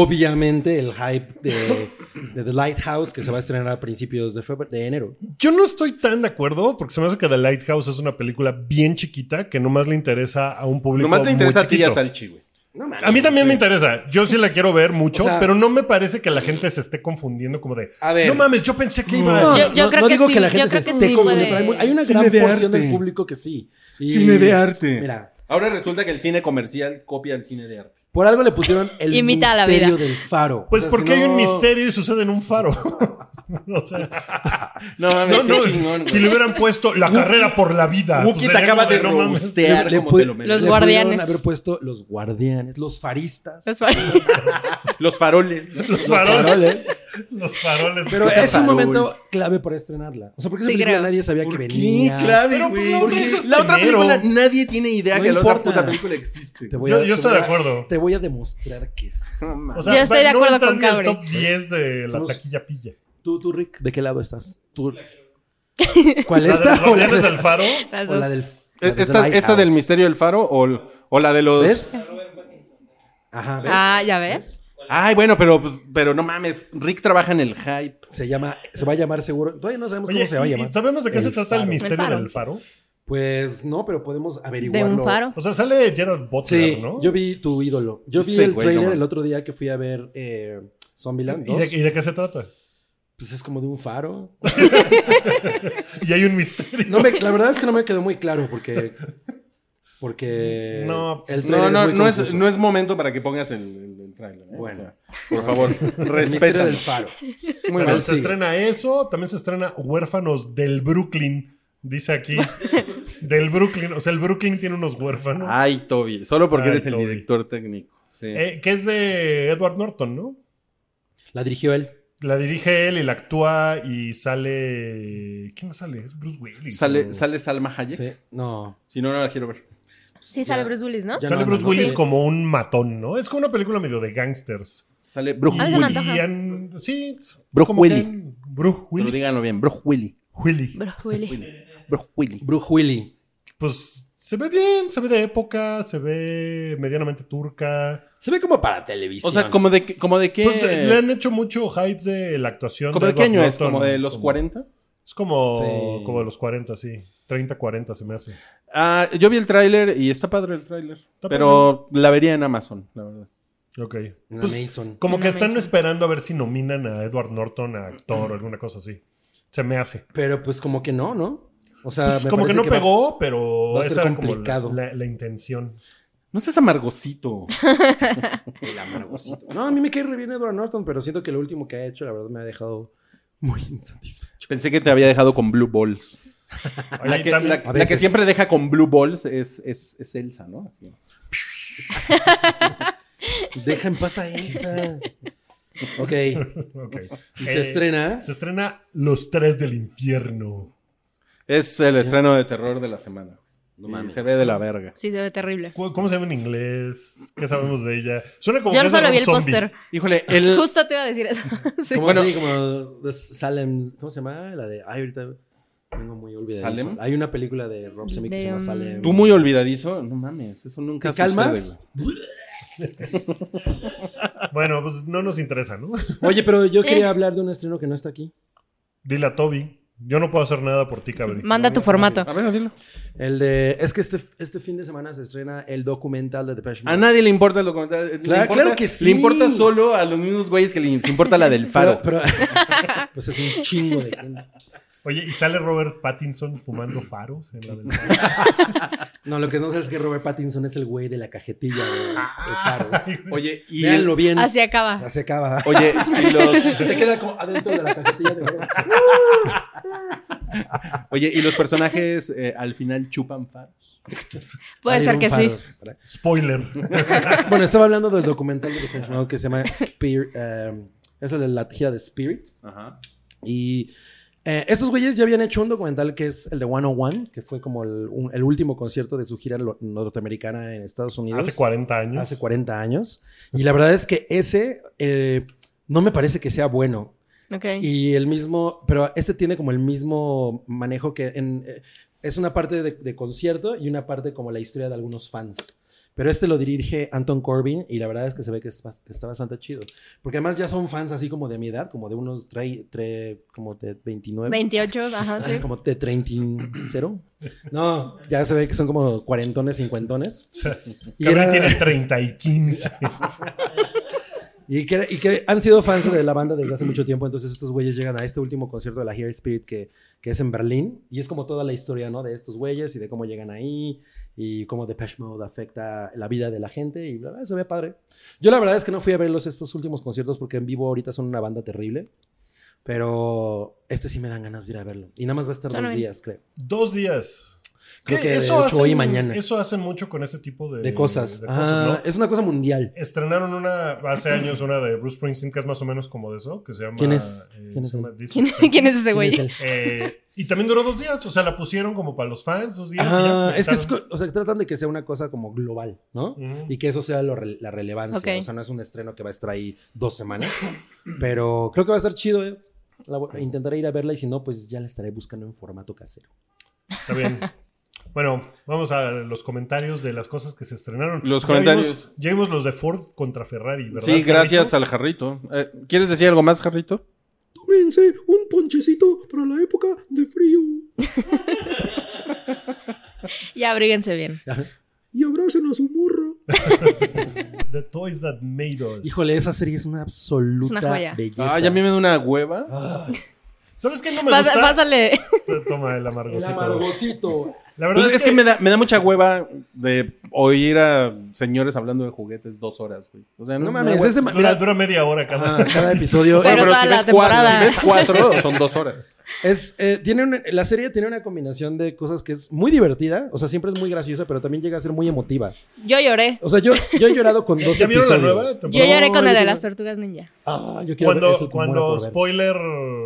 Obviamente, el hype de, de The Lighthouse, que se va a estrenar a principios de, febr- de enero.
Yo no estoy tan de acuerdo porque se me hace que The Lighthouse es una película bien chiquita que nomás le interesa a un público.
Nomás te
muy
interesa a ti y a
chiquito.
Salchi, güey.
No mames.
A mí también me interesa. Yo sí la quiero ver mucho,
O sea-
pero no me parece que la gente se esté confundiendo como de.
A ver.
No mames, yo pensé que iba
No,
a.
yo- yo creo que
digo
sí,
que la
yo
gente
creo
se
que
esté
sí
confundiendo,
puede.
pero hay mu- hay una
Cine
gran
de
porción
arte.
del público que sí. Y-
arte.
Mira,
Ahora resulta que el cine comercial copia el cine de arte.
por algo le pusieron el
Imita la
misterio
vida.
del faro.
Pues
O sea,
porque
si
hay un
no-
misterio y sucede en un faro. o sea,
No mames,
no, no,
qué chingón, güey.
si le hubieran puesto la carrera por la vida. pues
Wookie te
sería
acaba
como
de
no mames.
robustear
Le- le
como
pu-
te lo mereces.
Los
le
guardianes.
pudieron haber puesto los guardianes, los faristas.
Es para-
Los faroles.
Los
los
faroles.
faroles.
Los faroles.
Pero
Esa
es un
farol.
momento clave para estrenarla. O sea, porque esa
Sí,
película
creo.
nadie sabía que
¿Por qué,
venía.
clave,
Pero, pues,
güey?
no,
Porque
eso es
la otra
dinero.
película, nadie tiene idea
No
que la
importa.
otra puta película existe.
Te voy
Yo,
a-
yo
te
estoy
voy
de
a-
acuerdo.
Te voy a demostrar que es.
No mames.
O sea,
Yo estoy de
no
acuerdo
entrar
con
en el
Cabri.
top 10 de la
Vamos.
taquilla pilla.
Tú, tú, Rick, ¿de qué lado estás? Tú- ¿Cuál es
¿La de los
esta? ¿O la
guardianes
de-
del faro?
las
o la
dos.
del- la de The
E- ¿Esta, esta del
Lighthouse?
misterio del faro o, l- o la de los.
¿Ves? Ajá. ¿ves?
Ah, ¿ya ves?
Ay, bueno, pero, pues, pero no mames. Rick trabaja en el hype.
Se llama, se va a llamar seguro. Todavía no sabemos
Oye,
cómo se va a
¿y- y
llamar.
¿Sabemos de qué
El
se trata el
faro.
misterio
El faro.
del faro?
Pues no, pero podemos
De
averiguarlo.
un faro.
O sea, sale Gerard Butler,
Sí,
¿no?
yo vi tu ídolo. Yo vi
Ese
el
güey,
trailer
no mames.
el otro día que fui a ver eh, Zombieland 2.
¿Y de, y de qué se trata?
Pues es como de un faro.
Y hay un misterio.
No me- la verdad es que no me quedó muy claro porque. Porque.
No,
No,
trailer
no,
Este muy
no es,
confuso.
no es momento para que pongas el, el, el tráiler, ¿eh?
Bueno.
por favor,
El misterio
respeta.
del faro. Muy
Bueno,
mal.
se
sigue.
estrena eso, también se estrena Huérfanos del Brooklyn, dice aquí. del Brooklyn, o sea, el Brooklyn tiene unos huérfanos.
Ay, Toby. Solo porque
Ay,
eres
Toby.
el director técnico. Sí.
Eh, que es de Edward Norton, ¿no?
La dirigió él.
La dirige él y la actúa y sale... ¿Quién más sale? Es Bruce Willis.
¿Sale,
¿no?
¿Sale Salma Hayek?
Sí. No.
Si no, no la quiero ver.
Sí sale
Ya.
Bruce Willis, ¿no?
Ya
Sale
no, no,
Bruce
no,
Willis
sí.
como un matón, ¿no? Es como una película medio de gangsters.
Sale Bruce
A mí se
Willis.
me antoja.
y han- sí,
Bruce
como que
Willis.
han- Bruce
Pero
Willis.
díganlo bien. Bruce Willis.
Willis.
Bruce Willis.
Willy. Bruce Willy.
Bruce Willis.
Pues se ve bien, se ve de época, se ve medianamente turca.
Se ve como para televisión.
O sea, como de, que- como de qué.
Pues eh, le han hecho mucho hype de la actuación.
¿Como de qué
Edward
año es?
Norton.
¿Como de los
Como-
40?
Es como,
Sí.
como de los 40, sí. 30, 40 se me hace.
Ah, yo vi el tráiler y está padre el tráiler.
Está
Pero la vería en Amazon, la verdad.
Ok.
Una
Pues,
Mason.
como que
Una
están
Mason.
esperando a ver si nominan a Edward Norton a actor o alguna cosa así. Se me hace.
Pero pues como que no, ¿no? O
Ah,
sea,
Pues,
me
como que
parece
no
va-
pegó, pero
va a ser
esa era como
complicado.
la, la- la intención.
No seas amargosito.
El amargosito. No, a mí me cae re bien Edward Norton, pero siento que lo último que ha hecho, la verdad, me ha dejado muy insatisfecho.
Pensé que te había dejado con Blue Balls.
Oye,
La que,
también-
la-
a
la que
veces.
siempre deja con Blue Balls es, es, es Elsa, ¿no? Así.
Deja en paz a Elsa. ok.
ok.
Y
Eh,
se estrena.
Se estrena Los Tres del Infierno.
Es el estreno de terror de la semana.
No
Y
mames.
Se ve de la verga.
Sí, se ve terrible.
¿Cómo cómo se llama en inglés? ¿Qué sabemos de ella? Suena como
Yo
que es
solo
de
vi
un
el
zombie.
póster.
Híjole, el,
Justo te iba a decir eso. Sí.
Como
Bueno.
así, como de Salem. ¿Cómo se llama? La de. Ay, ahorita vengo muy olvidada.
¿Salem?
Hay una película de Rob Zombie que
De,
se llama
um,
Salem.
tú muy olvidadizo. No mames, eso nunca
¿Te calmas?
sucede,
Bueno, pues no nos interesa, ¿no?
Oye, pero yo
Eh.
quería hablar de un estreno que no está aquí.
Dile a Toby. Yo no puedo hacer nada por ti, Cabri.
Manda tu formato.
güey. A ver, dilo.
El de. Es que este, este fin de semana se estrena el documental de Depeche
A
Mode.
nadie le importa el documental. Le
Claro-
importa-
claro que sí.
Le importa solo a los mismos güeyes que les importa la del faro.
Pero- pero- pues es un chingo de gente.
Oye, ¿y sale Robert Pattinson fumando faros en la del
No, lo que no sé es que Robert Pattinson es el güey de la cajetilla de, de faros.
Oye, y el-
Véanlo bien.
Así acaba.
Ya se acaba.
Ah, Oye, y los,
Se queda como adentro de la cajetilla de faros.
oye, y los personajes eh, al final chupan faros.
Puede ser que sí.
Spoiler.
Bueno, estaba hablando del documental de Defense Now que se llama Spirit. em, es el de la gira de Spirit.
Ajá.
Y eh, estos güeyes ya habían hecho un documental que es el de 101, que fue como el, un- el último concierto de su gira lo- norteamericana en Estados Unidos.
Hace 40 años.
Hace 40 años. Y la verdad es que ese eh, no me parece que sea bueno.
Ok.
Y el mismo, pero este tiene como el mismo manejo que en, eh, es una parte de, de concierto y una parte como la historia de algunos fans. Pero este lo dirige Anton Corbin y la verdad es que se ve que es bas- está bastante chido. Porque además ya son fans así como de mi edad, como de unos tre- tre- como de 29.
28, ajá, sí.
Como de 30. No, ya se ve que son como cuarentones, cincuentones. Y
Cabrón
era-
tiene 30 y 15.
Y que, y que han sido fans de la banda desde hace mucho tiempo, entonces estos güeyes llegan a este último concierto de la Here Spirit que, que es en Berlín, y es como toda la historia, ¿no? De estos güeyes y de cómo llegan ahí, y cómo Depeche Mode afecta la vida de la gente, y bla, bla, se ve padre. Yo la verdad es que no fui a verlos estos últimos conciertos porque en vivo ahorita son una banda terrible, pero este sí me dan ganas de ir a verlo, y nada más va a estar
Suena
dos
bien.
días, creo.
Dos días.
Creo
¿Qué?
que de hecho hoy y mañana.
Eso hacen mucho con ese tipo de,
De cosas.
de cosas, ¿no?
Ah, Es una cosa mundial.
Estrenaron una hace años, una de Bruce Springsteen, que es más o menos como de eso, que se llama.
¿Quién es?
eh,
¿Quién es
se
él?
llama This
¿Quién,
is Springsteen.
quién es ese güey?
¿Quién es él?
Eh, y también duró dos días, o sea, la pusieron como para los fans, dos días. y ya
Ah, es que es
comenzaron.
co- o sea, tratan de que sea una cosa como global, ¿no?
Ujú.
y que eso sea lo re- la relevancia.
Ok.
O sea, no es un estreno que va a estar ahí dos semanas, pero creo que va a ser chido. ¿eh? La voy- intentaré ir a verla y si no, pues ya la estaré buscando en formato casero.
Está bien. Bueno, vamos a los comentarios de las cosas que se estrenaron.
Los
Ya
comentarios.
vimos- Ya vimos los de Ford contra Ferrari, ¿verdad?
Sí, gracias
Jarrito?
al jarrito. Eh, ¿Quieres decir algo más, jarrito?
Tómense un ponchecito para la época de frío.
Ya, abríguense bien.
Y abracen a su morra.
The Toys That Made Us.
Híjole, esa serie es una absoluta
Es una joya.
belleza.
Ah, ya a mí me da una hueva.
Ay,
¿Sabes qué no me
Pasa-
gusta?
pásale.
T- Toma el
el
amargocito.
amargosito.
La verdad
Pues es que me da, me da mucha hueva de oír a señores hablando de juguetes dos horas, güey. O sea, no,
No
mames.
mames, es de ma-
dura,
mira,
dura media hora cada.
ajá, cada episodio
Pero toda la temporada.
cuatro, si ves cuatro, son dos horas.
es, eh, tiene un- la serie tiene una combinación de cosas que es muy divertida, o sea, siempre es muy graciosa, pero también llega a ser muy emotiva.
Yo lloré.
O sea, yo, yo he llorado con dos
¿Ya vieron
episodios.
la nueva
Yo
temporada?
lloré con
No,
el de
yo-
las tortugas ninja.
Ah, yo quiero ver, es
Cuando,
el que muero
cuando
por ver.
spoiler.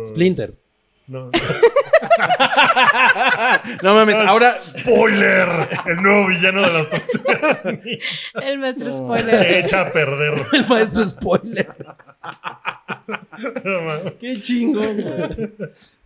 Splinter.
No.
No mames,
Ah.
ahora
spoiler. El nuevo villano de las tortugas.
El maestro
No.
spoiler.
Echa a perder.
El maestro spoiler.
No mames.
Qué chingón, güey.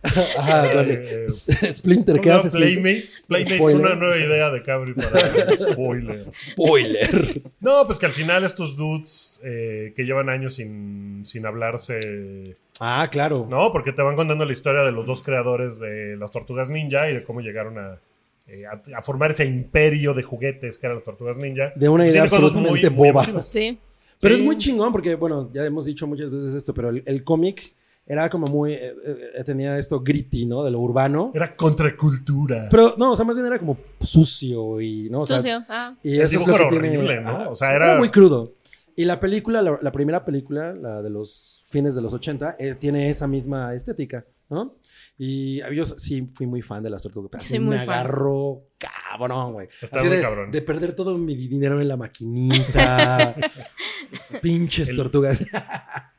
Ajá, Ah, vale.
Eh,
S- Splinter, ¿qué
¿Cómo
haces?
se llama? Playmates. Playmates,
Spoiler.
una nueva idea de Cabri para spoilers.
Spoiler.
No, pues que al final estos dudes eh, que llevan años sin, sin hablarse,
Ah, claro.
¿no? Porque te van contando la historia de los dos creadores de las Tortugas Ninja y de cómo llegaron a, eh, a, a formar ese imperio de juguetes que eran las Tortugas Ninja.
De una
Pues
idea
tiene cosas muy-
absolutamente
muy
boba.
emotivas.
Sí.
Pero
Sí.
es muy chingón porque, bueno, ya hemos dicho muchas veces esto, pero el, el cómic era como muy. eh, eh, tenía esto gritty, ¿no? De lo urbano.
Era contracultura.
Pero, no, o sea, más bien era como sucio y, ¿no? O sea,
Sucio. Ah.
Y
El
eso es
dibujo
lo que
era
tiene-
horrible, ¿no?
Ajá.
O sea, era-
muy crudo. Y la película, la, la primera película, la de los fines de los 80, eh, tiene esa misma estética, ¿no? Y yo sí fui muy fan de las tortugas.
Sí, muy
me
fan.
agarró cabrón, güey.
Está
Así
muy
de,
cabrón.
De perder todo mi dinero en la maquinita. pinches
El-
tortugas.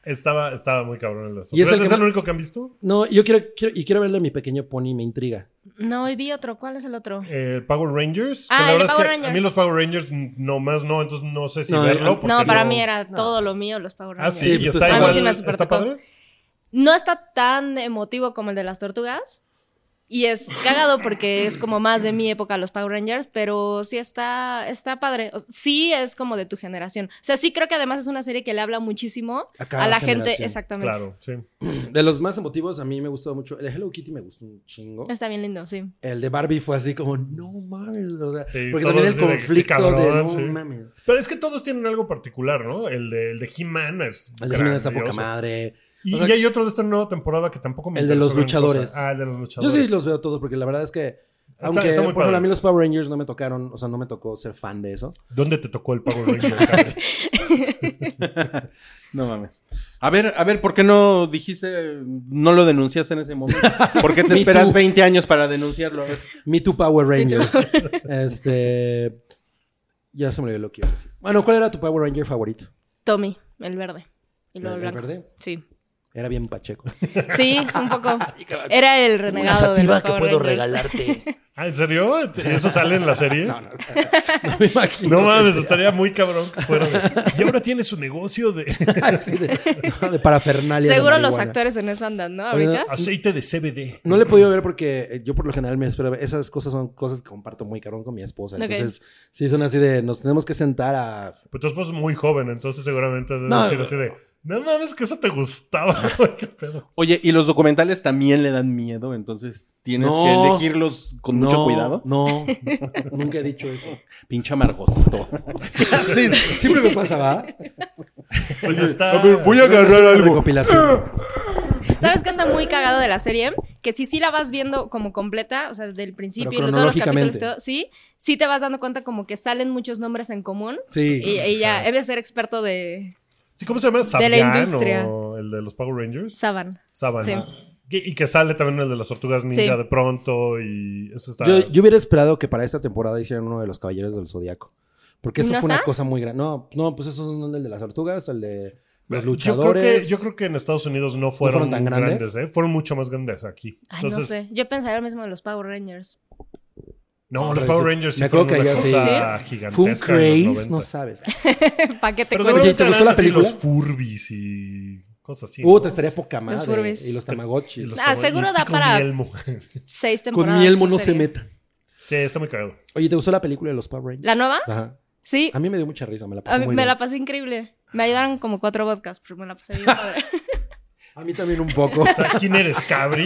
Estaba, estaba muy cabrón en las
Y es
Tortugas.
el que
¿Es el
ma-
único que han visto?
No, yo quiero, quiero- y quiero verle mi pequeño pony, me intriga.
No, y vi otro. ¿Cuál es el otro?
Eh, Power Rangers. que la
Ah, el de
verdad es
Power
que
Rangers.
A mí los Power Rangers n- no más no, entonces no sé si
No,
verlo.
eh,
porque
No, para
no-
mí era
no,
todo
sí.
lo mío, los Power
Ah,
Rangers.
sí,
Sí,
y
pues,
está
está
igual.
padre.
Sí, me
¿Está
supertocó.
padre?
No está tan emotivo como el de las tortugas. Y es cagado porque es como más de mi época los Power Rangers, pero sí está, está padre. O- Sí es como de tu generación. O sea, sí creo que además es una serie que le habla muchísimo
A,
a
cada
la gente.
generación.
Exactamente.
Claro, sí.
De los más emotivos, a mí me gustó mucho. El Hello Kitty me gustó un chingo.
Está bien lindo, sí.
El de Barbie fue así como, no mames. o sea,
Sí,
porque
todo
también el
así de, qué
conflicto de,
cabrón,
no
sí.
mames.
Pero es que todos tienen algo particular, ¿no? El de, el de He-Man es.
El de Jimena está poca
grandioso.
madre.
Y,
O sea,
y hay otro de esta nueva temporada que tampoco me
el de los
interesó gran cosa.
luchadores.
Ah, el de los
Yo
luchadores.
sí los veo todos porque la verdad es que Aunque,
está muy
por ejemplo,
padre.
a mí los Power Rangers no me tocaron, o sea, no me tocó ser fan de eso.
¿Dónde te tocó el Power Ranger? cabrón?
No mames. A ver, a ver, ¿por qué no dijiste, no lo denunciaste en ese momento? ¿Por qué te
Me
esperas
too.
20 años para denunciarlo?
Me Too Power
Me Too
Rangers. este. Ya se me olvidó lo que iba a decir. Bueno, ¿cuál era tu Power Ranger favorito?
Tommy, el verde. Y luego
¿El- el
blanco.
verde?
Sí.
Era bien pacheco.
Sí, un poco. Era el renegado de los Power Rangers.
regalarte.
ah, ¿en serio? ¿Eso sale en la serie?
No, no, no me imagino.
No
que
mames,
sea
estaría muy cabrón que fuera de- Y ahora tiene su negocio de
así de, de parafernalia. de
Seguro los
marihuana.
actores en eso andan, ¿no?
Oye,
Ahorita.
aceite de CBD.
No le he podido ver porque eh, yo por lo general me espero. Esas cosas son cosas que comparto muy cabrón con mi esposa.
Ok.
Entonces, sí, son así de nos tenemos que sentar a.
Pero Pues tu esposo es muy joven, entonces seguramente debe
No,
decir
no.
así de. No mames, que eso te gustaba. güey, qué pedo.
Oye, y los documentales también le dan miedo, entonces tienes
No.
que elegirlos con mucho
No,
cuidado.
No, nunca he dicho eso.
Pinche amargosito. ¿Qué haces?
Siempre me pasa, ¿va?
Pues está.
voy a agarrar algo.
Recopilación.
¿Sabes qué está muy cagado de la serie? Que si sí la vas viendo como completa, o sea, del principio y
Pero
lo- todos los capítulos
cronológicamente.
y todo, sí, sí te vas dando cuenta como que salen muchos nombres en común.
Sí.
Y, y ya, debes ser experto de
Sí, ¿Cómo se llama?
De la
Sabian
industria.
o el de los Power Rangers.
Saban.
Saban.
Sí.
Que- Y que sale también el de las tortugas ninja
Sí.
de pronto. Y eso está.
Yo, yo hubiera esperado que para esta temporada hicieran uno de los Caballeros del Zodiaco. Porque eso
¿No
fue una
está?
cosa muy grande. No, no, pues esos son el de las tortugas, el de los
Yo creo,
luchadores.
que, yo creo que en Estados Unidos no fueron,
fueron tan
grandes,
grandes?
¿eh? Fueron mucho más grandes aquí.
Ay, no sé. Yo pensaría lo mismo de los Power Rangers.
no,
No,
los
pero
Power
Ah, pues sí.
Rangers sí
Me acuerdo
fueron
que
una
allá sí.
cosa
Fue un
gigantesca. en los
craze,
90.
no sabes.
¿Para qué te
Pero
cuento?
Oye, ¿te
seguramente
gustó
eran
la
así
película?
Los Furbis y cosas así.
Uh,
¿no?
te estaría poca madre.
Furbies.
Y los Tamagotchi.
Y los
Ah,
tamaños-
seguro
y
da
con
para-
Elmo.
Seis temporadas.
Con mi elmo
de
no
serie.
se meta.
sí, está muy cagado.
Oye, ¿te gustó la película de los Power Rangers?
¿La nueva?
Ajá.
Sí.
A mí me dio mucha risa, me la pasé
A mí-
Ah, muy
me
bien.
la pasé increíble. Me ayudaron como cuatro vodkas, pero me la pasé bien padre.
A mí también un poco.
O sea, ¿Quién eres, Cabri?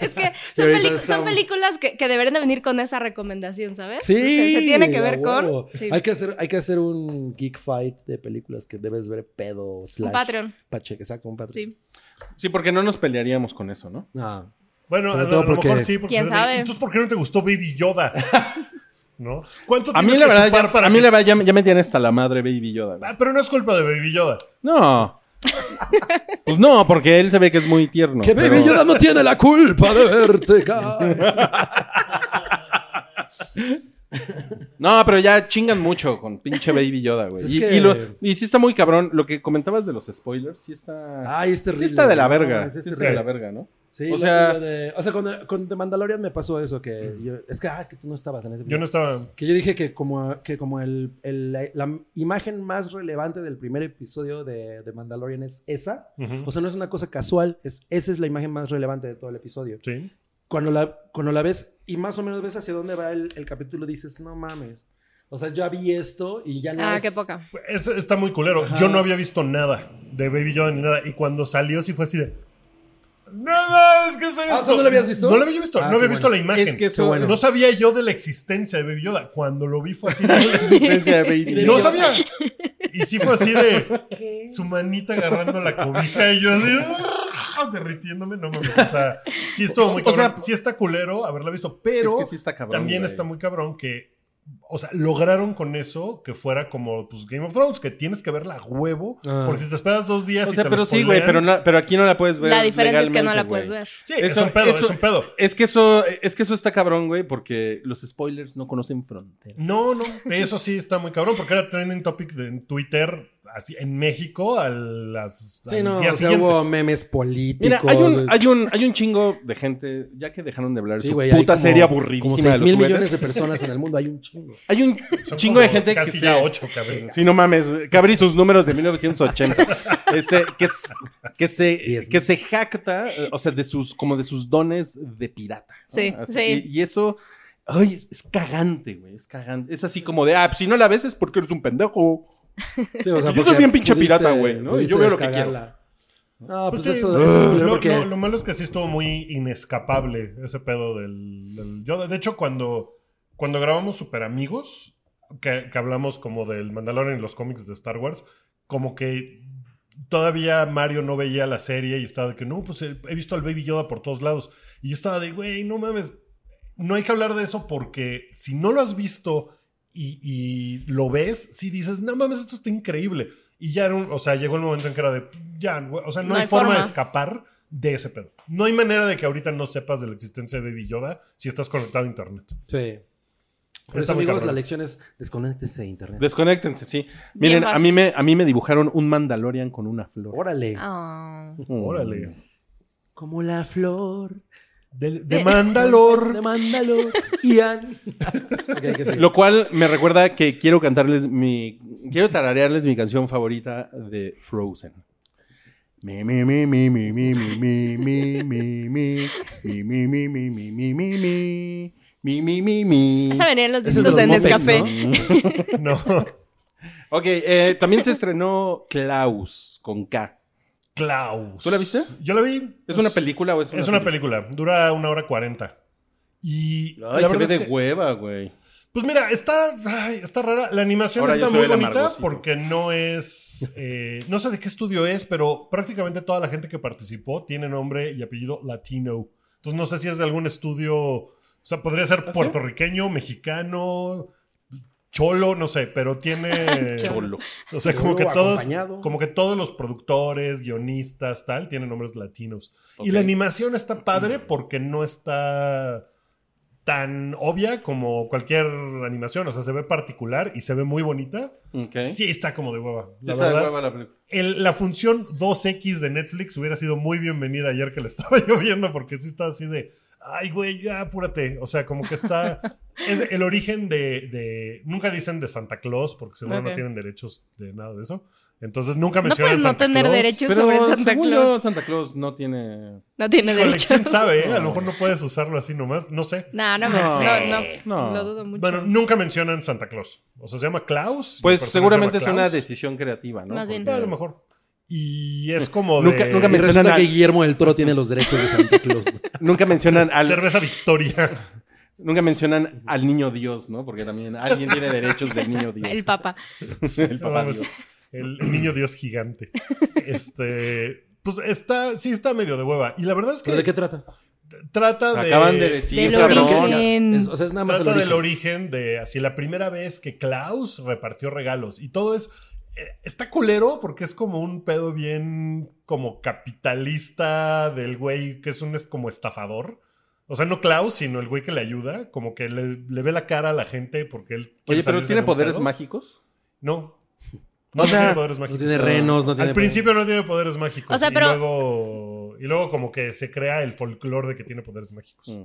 es que
Sí,
son,
ahorita
pelicu-
está-
son películas que, que deberían de venir con esa recomendación, ¿sabes?
Sí.
Se, se tiene que ver
a
con
huevo.
sí.
Hay, que hacer, hay que hacer un geek fight de películas que debes ver pedo. Slash,
un Patreon.
Pache, exacto, un Patreon.
Sí.
Sí, porque no nos pelearíamos con eso, ¿no?
No.
Bueno,
Sobre
a,
todo
a lo mejor
porque-
sí. Porque
¿Quién
se ve de-
sabe?
Entonces, ¿por qué no te gustó Baby Yoda? ¿No? ¿Cuánto
A mí
tienes
la
que
verdad,
chupar
ya,
para
a mí
que-
la verdad ya, me- ya me tiene hasta la madre Baby Yoda. güey.
Ah, pero no es culpa de Baby Yoda.
No. Pues no, porque él se ve que es muy tierno.
que
pero-
Baby Yoda no tiene la culpa de verte caer.
No, pero ya chingan mucho con pinche Baby Yoda, güey.
Es
y,
que-
y lo- y sí está muy cabrón. Lo que comentabas de los spoilers, sí está.
Ay, Ah, es terrible.
sí está de la
No,
verga.
es este
Sí está
terrible.
de la verga, ¿no?
Sí,
O
o
sea-
sea, o sea con, con The Mandalorian me pasó eso, que yo, es que, ah, que tú no estabas en ese
Yo no estaba.
Que yo dije que como, que como el, el- la, la imagen más relevante del primer episodio de, de Mandalorian es esa.
Ujú.
O sea, no es una cosa casual, es, esa es la imagen más relevante de todo el episodio.
Sí.
Cuando la, cuando la ves y más o menos ves hacia dónde va el, el capítulo, dices, no mames. O sea, ya vi esto y ya no
Ah,
es...
qué poca.
Es- está muy culero.
Ajá.
Yo no había visto nada de Baby Yoda ni nada. Y cuando salió, sí fue así de. ¡Nada! Es que es
Ah, ¿o sea,
esto".
¿no lo habías visto?
No lo había visto.
Ah,
no
qué
había visto
bueno.
la imagen.
Es que
Qué
eso.
bueno.
No sabía yo de la existencia de Baby Yoda. Cuando lo vi fue así de.
La existencia de Baby
no
Yoda.
sabía. Y sí fue así de. Su manita agarrando la cobija y yo así. "Ah", Derritiéndome, no mames. O sea, sí estuvo muy
O sea,
cabrón. sí está culero haberla visto, pero
Es que sí está cabrón.
también
güey.
está muy cabrón que. O sea, lograron con eso que fuera como pues, Game of Thrones, que tienes que verla a huevo,
Ah.
porque si te esperas dos días
O
y
sea,
te
pero
lo
sí, güey,
spoilean,
pero, no- pero aquí no la puedes ver.
La diferencia es que no la
legalmente,
puedes
güey.
ver.
Sí,
eso-
es un pedo,
eso-
es un pedo.
Es que eso, es que eso está cabrón, güey, porque los spoilers no conocen frontera.
No, no, eso sí está muy cabrón, porque era trending topic de- en Twitter, así en México, a las,
Sí,
al
no,
día
o sea,
siguiente.
hubo memes políticos.
Mira, hay un, hay, un, hay un chingo de gente, ya que dejaron de hablar
Sí,
su
güey, hay
puta
como-
serie
Como
aburridísima de
6
los
mil
juguetes.
millones de personas en el mundo, hay un chingo.
Hay un
Son
chingo de
como
gente
casi
que
ya
se-
ocho, cabrón.
Ah,
Sí, no mames, cabrí sus números de 1980. Este, que, s- que se,
Diez.
que se jacta, eh, o sea, de sus, como de sus dones de pirata. ¿no?
Sí,
Así,
sí.
Y, y eso, ay, es, es cagante, güey, es cagante. Es así como de, ah, pues, si no la ves es porque eres un pendejo.
Sí, o sea,
Yo soy
porque
bien pinche pirata,
pudiste-
güey, ¿no?
pudiste
Yo veo lo que
descargarla. No,
Pues
pues,
sí,
eso, eso es culero
lo,
porque...
lo- lo malo es que sí estuvo muy inescapable ese pedo del, del Yoda. De hecho, cuando, cuando grabamos Super Amigos, que, que hablamos como del Mandalorian y los cómics de Star Wars, como que todavía Mario no veía eh, la serie y estaba de que no, pues he, he visto al Baby Yoda por todos lados. Y yo estaba de, güey, no mames. no hay que hablar de eso porque si no lo has visto y, y lo ves, si dices, no mames, esto está increíble. Y ya era un- o sea, llegó el momento en que era de, ya, güey, o sea, no, hay, forma, de escapar de ese pedo. No hay manera de que ahorita no sepas de la existencia de Baby Yoda si estás conectado a internet.
Sí.
Está
Por eso,
muy
amigos,
cabrón.
la lección es desconéctense de internet.
Desconéctense, sí.
Bien
Miren, a
fácil.
mí, me, a mí me dibujaron un Mandalorian con una flor.
Órale.
Ah.
Órale.
Como la flor
De, de Mandalor.
de Mandalor. Ian. Ok, que sí.
Lo cual me recuerda que quiero cantarles mi. Quiero tararearles mi canción favorita de Frozen. Mi, mi, mi, mi, mi, mi, mi, mi, mi, mi, mi, mi, mi, mi, mi, mi, mi, mi, mi, mi, mi, mi, mi.
Esa venía en los
Esos
discos
son
de
los Muppets,
Nescafé.
No.
Ok, eh, también se estrenó Klaus con K.
Klaus.
¿Tú la viste?
Yo la vi.
¿Es una película o es una
Es una película. Dura una hora cuarenta. Y
Ay,
la
se
verdad
ve
es
de
que-
hueva, güey.
Pues mira, está, ay, está rara. La animación
Ahora
está
yo
muy
soy el
bonita
amargosito.
porque no es. eh, no sé de qué estudio es, pero prácticamente toda la gente que participó tiene nombre y apellido latino. Entonces no sé si es de algún estudio. O sea, podría
¿Ah,
ser puertorriqueño, mexicano, cholo, no sé, pero tiene.
Cholo.
O sea, como que
Cholo,
todos.
acompañado.
Como que todos los productores, guionistas, tal, tienen nombres latinos. Y
Ok.
la animación está padre porque no está tan obvia como cualquier animación. O sea, se ve particular y se ve muy bonita.
Ok.
Sí, está como de hueva. La
Está de
verdad,
hueva la película.
el- la función 2X de Netflix hubiera sido muy bienvenida ayer que la estaba lloviendo porque sí está así de. Ay, güey, ya apúrate. O sea, como que está. Es el origen de, de- Nunca dicen de Santa Claus porque seguro no
Ok.
tienen derechos de nada de eso. Entonces nunca
No
mencionan
puedes no
Santa
tener
Claus.
derechos sobre Santa
según yo,
Claus.
Santa Claus no tiene.
No tiene
Híjole,
derechos.
¿Quién sabe? eh? A
No.
lo mejor no puedes usarlo así nomás. No sé.
No, no, no,
No,
no,
no.
Lo dudo mucho.
Bueno, nunca mencionan Santa Claus. O sea, se llama Klaus. y el
Pues
personaje
seguramente es
se llama
una
Klaus. Ah,
decisión creativa, ¿no?
Más bien.
A lo mejor. Y es como de
Nunca- nunca
Y
me-
resulta
Mencionan a-
que Guillermo del Toro tiene los derechos de Santa Claus.
Nunca mencionan al
cerveza Victoria.
nunca mencionan al niño Dios, ¿no? Porque también alguien tiene derechos del niño Dios.
El papa.
El papá
Vamos.
Dios.
El el niño Dios gigante. Este. Pues está, sí está medio de hueva. Y la verdad es que
¿Pero de qué trata?
trata de.
Acaban de decir,
Del
cabrón.
origen.
Es- o sea, es nada más
Trata
el
del
origen.
origen de así la primera vez que Klaus repartió regalos y todo es eh, está culero porque es como un pedo bien como capitalista del güey que es un es como estafador. O sea, no Klaus, sino el güey que le ayuda, como que le, le ve la cara a la gente porque él quiere salirse
Oye, pero tiene
de un
poderes
pedo.
mágicos.
No.
O
No, no
sea,
tiene poderes
no
mágicos.
tiene renos, no tiene-
Al principio no tiene poderes mágicos.
O sea,
y
pero-
luego y luego como que se crea el folclore de que tiene poderes mágicos.
Mm.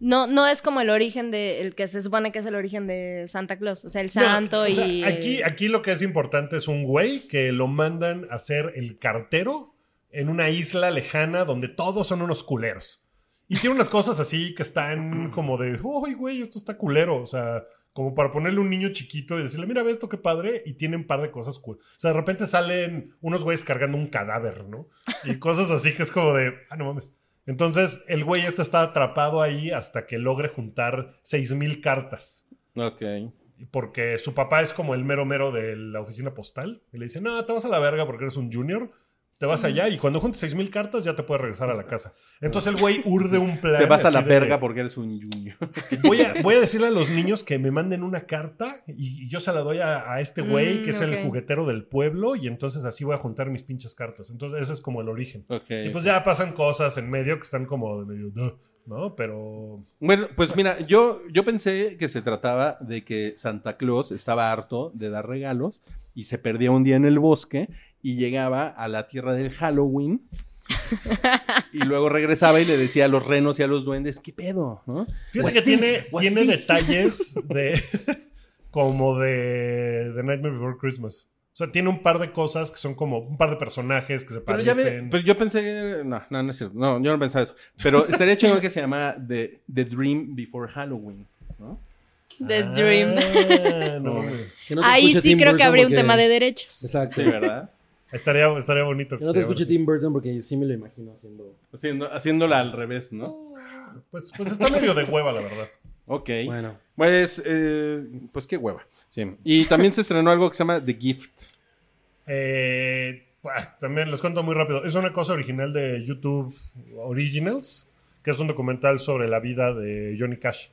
No, no es como el origen de el que se supone que es el origen de Santa Claus, o sea, el santo
No, o sea,
y
aquí, aquí lo que es importante es un güey que lo mandan a ser el cartero en una isla lejana donde todos son unos culeros. Y tiene unas cosas así que están como de, ¡ay, güey, esto está culero! O sea, como para ponerle un niño chiquito y decirle, mira, ve esto, qué padre. Y tiene un par de cosas cool. O sea, de repente salen unos güeyes cargando un cadáver, ¿no? Y cosas así que es como de, ah, no mames. Entonces, el güey este está atrapado ahí hasta que logre juntar 6.000 cartas
Ok.
porque su papá es como el mero mero de la oficina postal y le dice, no, te vas a la verga porque eres un junior, te vas allá y cuando juntes 6.000 cartas ya te puedes regresar a la casa. Entonces el güey urde un plan.
Te vas a
así
la
de,
verga porque eres un junior.
Voy a, voy a decirle a los niños que me manden una carta y, y yo se la doy a, a este güey
Mm,
que es
ok.
el juguetero del pueblo y entonces así voy a juntar mis pinches cartas. Entonces ese es como el origen.
Ok.
Y pues ya pasan cosas en medio que están como de medio, "Duh", ¿no? Pero...
Bueno, pues mira, yo, yo pensé que se trataba de que Santa Claus estaba harto de dar regalos y se perdía un día en el bosque y llegaba a la tierra del Halloween y luego regresaba y le decía a los renos y a los duendes, ¿qué pedo? ¿no?
Fíjate que
What's this?
tiene,
What's
tiene
this?
detalles de como de The Nightmare Before Christmas. O sea, tiene un par de cosas que son como un par de personajes que se
Pero, ya ve-
parecen.
pero yo pensé, no, no, no es cierto, no, yo no pensaba eso. Pero estaría chingón que se llama The, The Dream Before Halloween, ¿no?
The Dream.
Ah, no,
Que no te
Ahí
escuche
sí
Tim
creo que
Burton
habría un
porque-
tema de derechos.
Exacto.
Sí, ¿verdad?
estaría, estaría bonito.
Que no te
se
escuche
llamara
Tim Burton porque sí me lo imagino haciendo.
Haciendo- haciéndola al revés, ¿no?
así. Pues, pues está medio de hueva, la verdad.
Ok.
Bueno.
Pues, eh, pues qué hueva. Sí. Y también se estrenó algo que se llama The Gift.
Eh, bah, también les cuento muy rápido. Es una cosa original de YouTube Originals. que es un documental sobre la vida de Johnny Cash.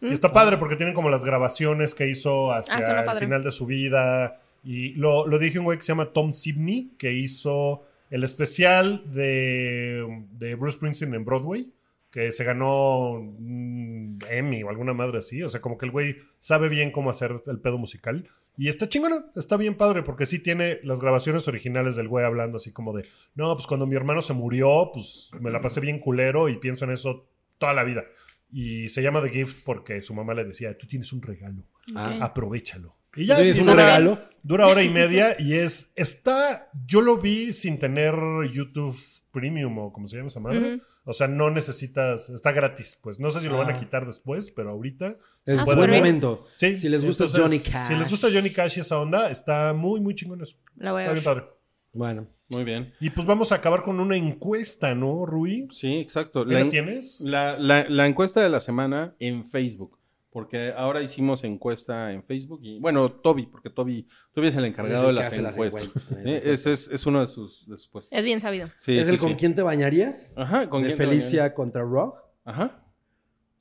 ¿Mm?
Y
Mm.
está padre porque tienen como las grabaciones que hizo hacia
Ah, suena
el
padre.
final de su vida. Y lo, lo dije un güey que se llama Tom Sibney, que hizo el especial de, de Bruce Springsteen en Broadway, que se ganó un Emmy o alguna madre así. O sea, como que el güey sabe bien cómo hacer el pedo musical. Y está chingona, está bien padre, porque sí tiene las grabaciones originales del güey hablando así como de, no, pues cuando mi hermano se murió, pues me la pasé bien culero y pienso en eso toda la vida. Y se llama The Gift porque su mamá le decía, tú tienes un regalo,
Ah,
aprovechalo. Y ya
¿Tienes
y
un
dura-
regalo?
Dura hora y media y es, está, yo lo vi sin tener YouTube Premium o como se llama esa madre.
Ujú.
O sea, no necesitas, está gratis, pues. No sé si lo van
Ah.
a quitar después, pero ahorita
Es
Ah,
buen
súper bien.
momento.
Sí,
Si les gusta
entonces,
Johnny Cash.
Si les gusta Johnny Cash y esa onda, está muy, muy chingón eso.
La voy a
Está bien
ver.
padre.
Bueno.
Muy bien.
Y pues vamos a acabar con una encuesta, ¿no, Rui?
Sí, exacto.
¿La
en-
tienes?
La, la- la encuesta de la semana en Facebook. Porque ahora hicimos encuesta en Facebook. Y bueno, Toby, porque Toby, Toby es el encargado
Es
de
el que
las
hace las
encuestas.
encuestas.
Eh, ese Es, es uno de sus, de sus puestos.
Es bien sabido.
Sí,
¿Es
sí,
el con
sí.
quién te bañarías?
Ajá, con
de
quién te
Felicia contra Rock.
bañarías. Ajá.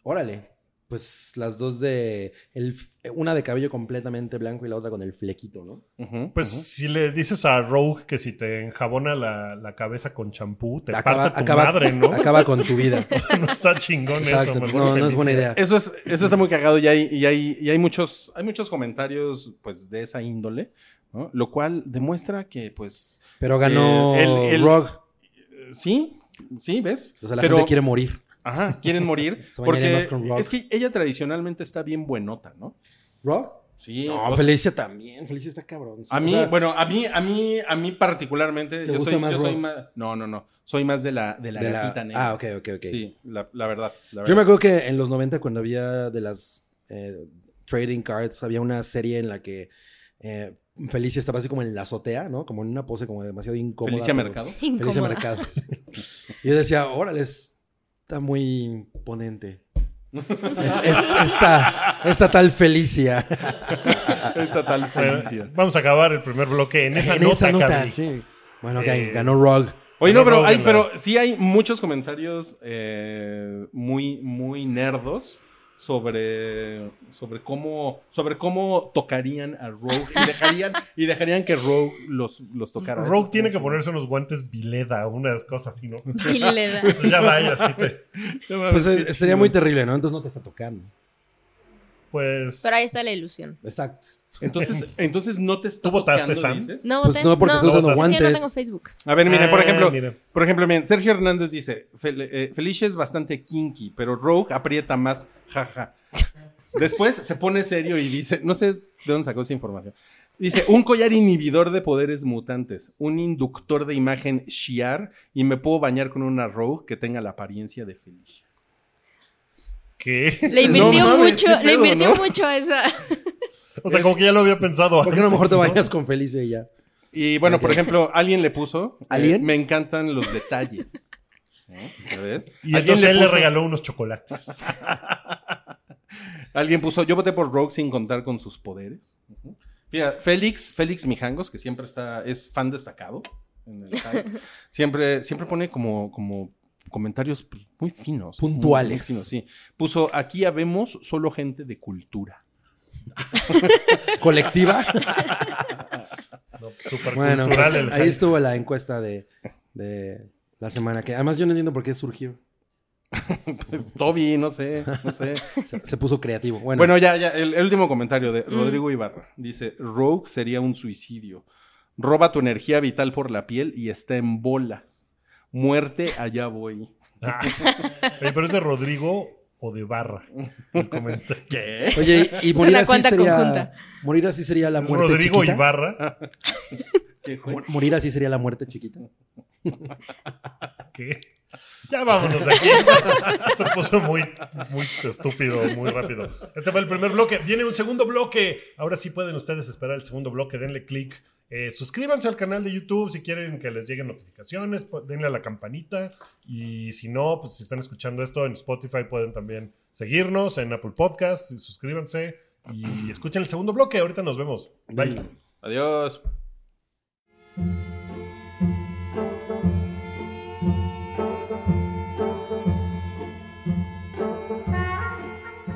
Órale. Pues las dos de. el- eh, una de cabello completamente blanco y la otra con el flequito, ¿no?
ujú,
Pues
ujú.
si le dices a Rogue que si te enjabona la, la cabeza con champú, te
Acaba-
parte tu
acaba-
madre, ¿no?
Acaba con tu vida.
no está chingón eso.
Exacto. no,
mejor
no es buena
Felicia.
idea.
Eso, es, eso está muy cagado y hay, y hay, y hay, muchos, hay muchos comentarios pues, de esa índole, ¿no? lo cual demuestra que, pues,
Pero ganó
Eh, el- el-
Rock.
eh, sí, sí, ¿ves?
O sea, la
Pero-
gente quiere morir.
Ajá, quieren morir.
Se bañaría
porque
más con Rock.
es que ella tradicionalmente está bien buenota, ¿no?
¿Rock?
Sí, pues
No,
o sea,
Felicia también. Felicia está cabrón.
A mí,
O sea,
bueno, a mí, a mí, a mí particularmente,
¿Te
yo,
gusta
soy,
más
yo soy
Rob?
más, no, no, no, soy más de la, de la
de la-
gatita negra.
Ah, ok, ok, ok.
Sí, la, la verdad, la
Yo me
verdad.
acuerdo que en los 90, cuando había de las eh, trading cards, había una serie en la que eh, Felicia estaba así como en la azotea, ¿no? Como en una pose como demasiado incómoda.
Felicia
pero-
Mercado.
Felicia
Incómoda.
Mercado. Y Yo decía, órale, es- está muy imponente. Es- es- esta, esta tal Felicia.
Esta tal
Pero ah,
felicidad.
vamos a acabar el primer bloque en esa
En
nota, Cabri.
sí. Bueno, ok,
Eh,
ganó Rogue.
Oye, no,
Pero
pero,
no,
hay,
no.
pero sí hay muchos comentarios eh, muy, muy nerdos sobre, sobre cómo, sobre cómo tocarían a Rogue y dejarían, y dejarían que Rogue los, los tocara.
Rogue tiene que ponerse unos guantes Vileda, unas cosas así, ¿no?
Y le da.
Entonces ya vaya, así te...
Pues eh, sería muy terrible, ¿no? Entonces no te está tocando.
Pues...
Pero ahí está la ilusión.
Exacto.
Entonces, entonces no te está
¿Tú votaste,
tocando,
Sam?
dices?
No,
Pues
voté-
no, porque estás
usando
es que yo
guantes.
no tengo Facebook.
A ver, miren, por
Ah,
ejemplo,
mira.
Por ejemplo, miren, Sergio Hernández dice, "Fel- eh, Felicia es bastante kinky, pero Rogue aprieta más, jaja. Después se pone serio y dice, no sé de dónde sacó esa información. Dice, un collar inhibidor de poderes mutantes, un inductor de imagen Shiar y me puedo bañar con una Rogue que tenga la apariencia de Felicia.
¿Qué?
Le invirtió
No mames,
mucho,
qué
le
pedo,
invirtió
¿no?
mucho a esa.
O sea, como que ya lo había pensado
¿Por qué no mejor te
antes,
bañas con Felicia y ya?
Y bueno, por ejemplo, alguien le puso, eh,
¿Alguien?
me encantan los detalles. ¿Eh? ¿Ya ves?
Y
Alguien
entonces él le
puso-
regaló unos chocolates.
Alguien puso, yo voté por Rogue sin contar con sus poderes. Ujú. Mira, Félix, Félix Mijangos, que siempre está, es fan destacado en el hype, siempre, siempre pone como, como comentarios pues, muy finos. muy- muy
Puntuales.
finos, sí. Puso, aquí habemos solo gente de cultura.
¿Colectiva?
No, Súper
bueno,
cultural
pues,
el
ahí estuvo la encuesta de, de la semana que... Además, yo no entiendo por qué surgió.
Pues, Toby, no sé, no sé.
Se, se puso creativo. Bueno,
Bueno, ya, ya, el, el último comentario de
Mm.
Rodrigo Ibarra. Dice, Rogue sería un suicidio. Roba tu energía vital por la piel y está en bolas. Muerte, allá voy.
Ah. Oye, pero es de Rodrigo o de Barra. El comentario.
¿Qué?
oye, y, y
Es
morir
una
así
cuenta
sería...
conjunta.
Morir así sería la
Es
muerte
Pues Rodrigo
chiquita.
y Barra.
¿Qué fue?
Mor- Morir así sería la muerte chiquita.
¿Qué? Ya vámonos de aquí. Se puso muy, muy estúpido, muy rápido. Este fue el primer bloque. Viene un segundo bloque. Ahora sí pueden ustedes esperar el segundo bloque. Denle click. Eh, suscríbanse al canal de YouTube si quieren que les lleguen notificaciones. Pues, Denle a la campanita. Y si no, pues si están escuchando esto en Spotify, pueden también seguirnos en Apple Podcast. Suscríbanse y escuchen el segundo bloque. Ahorita nos vemos. Bye.
Adiós.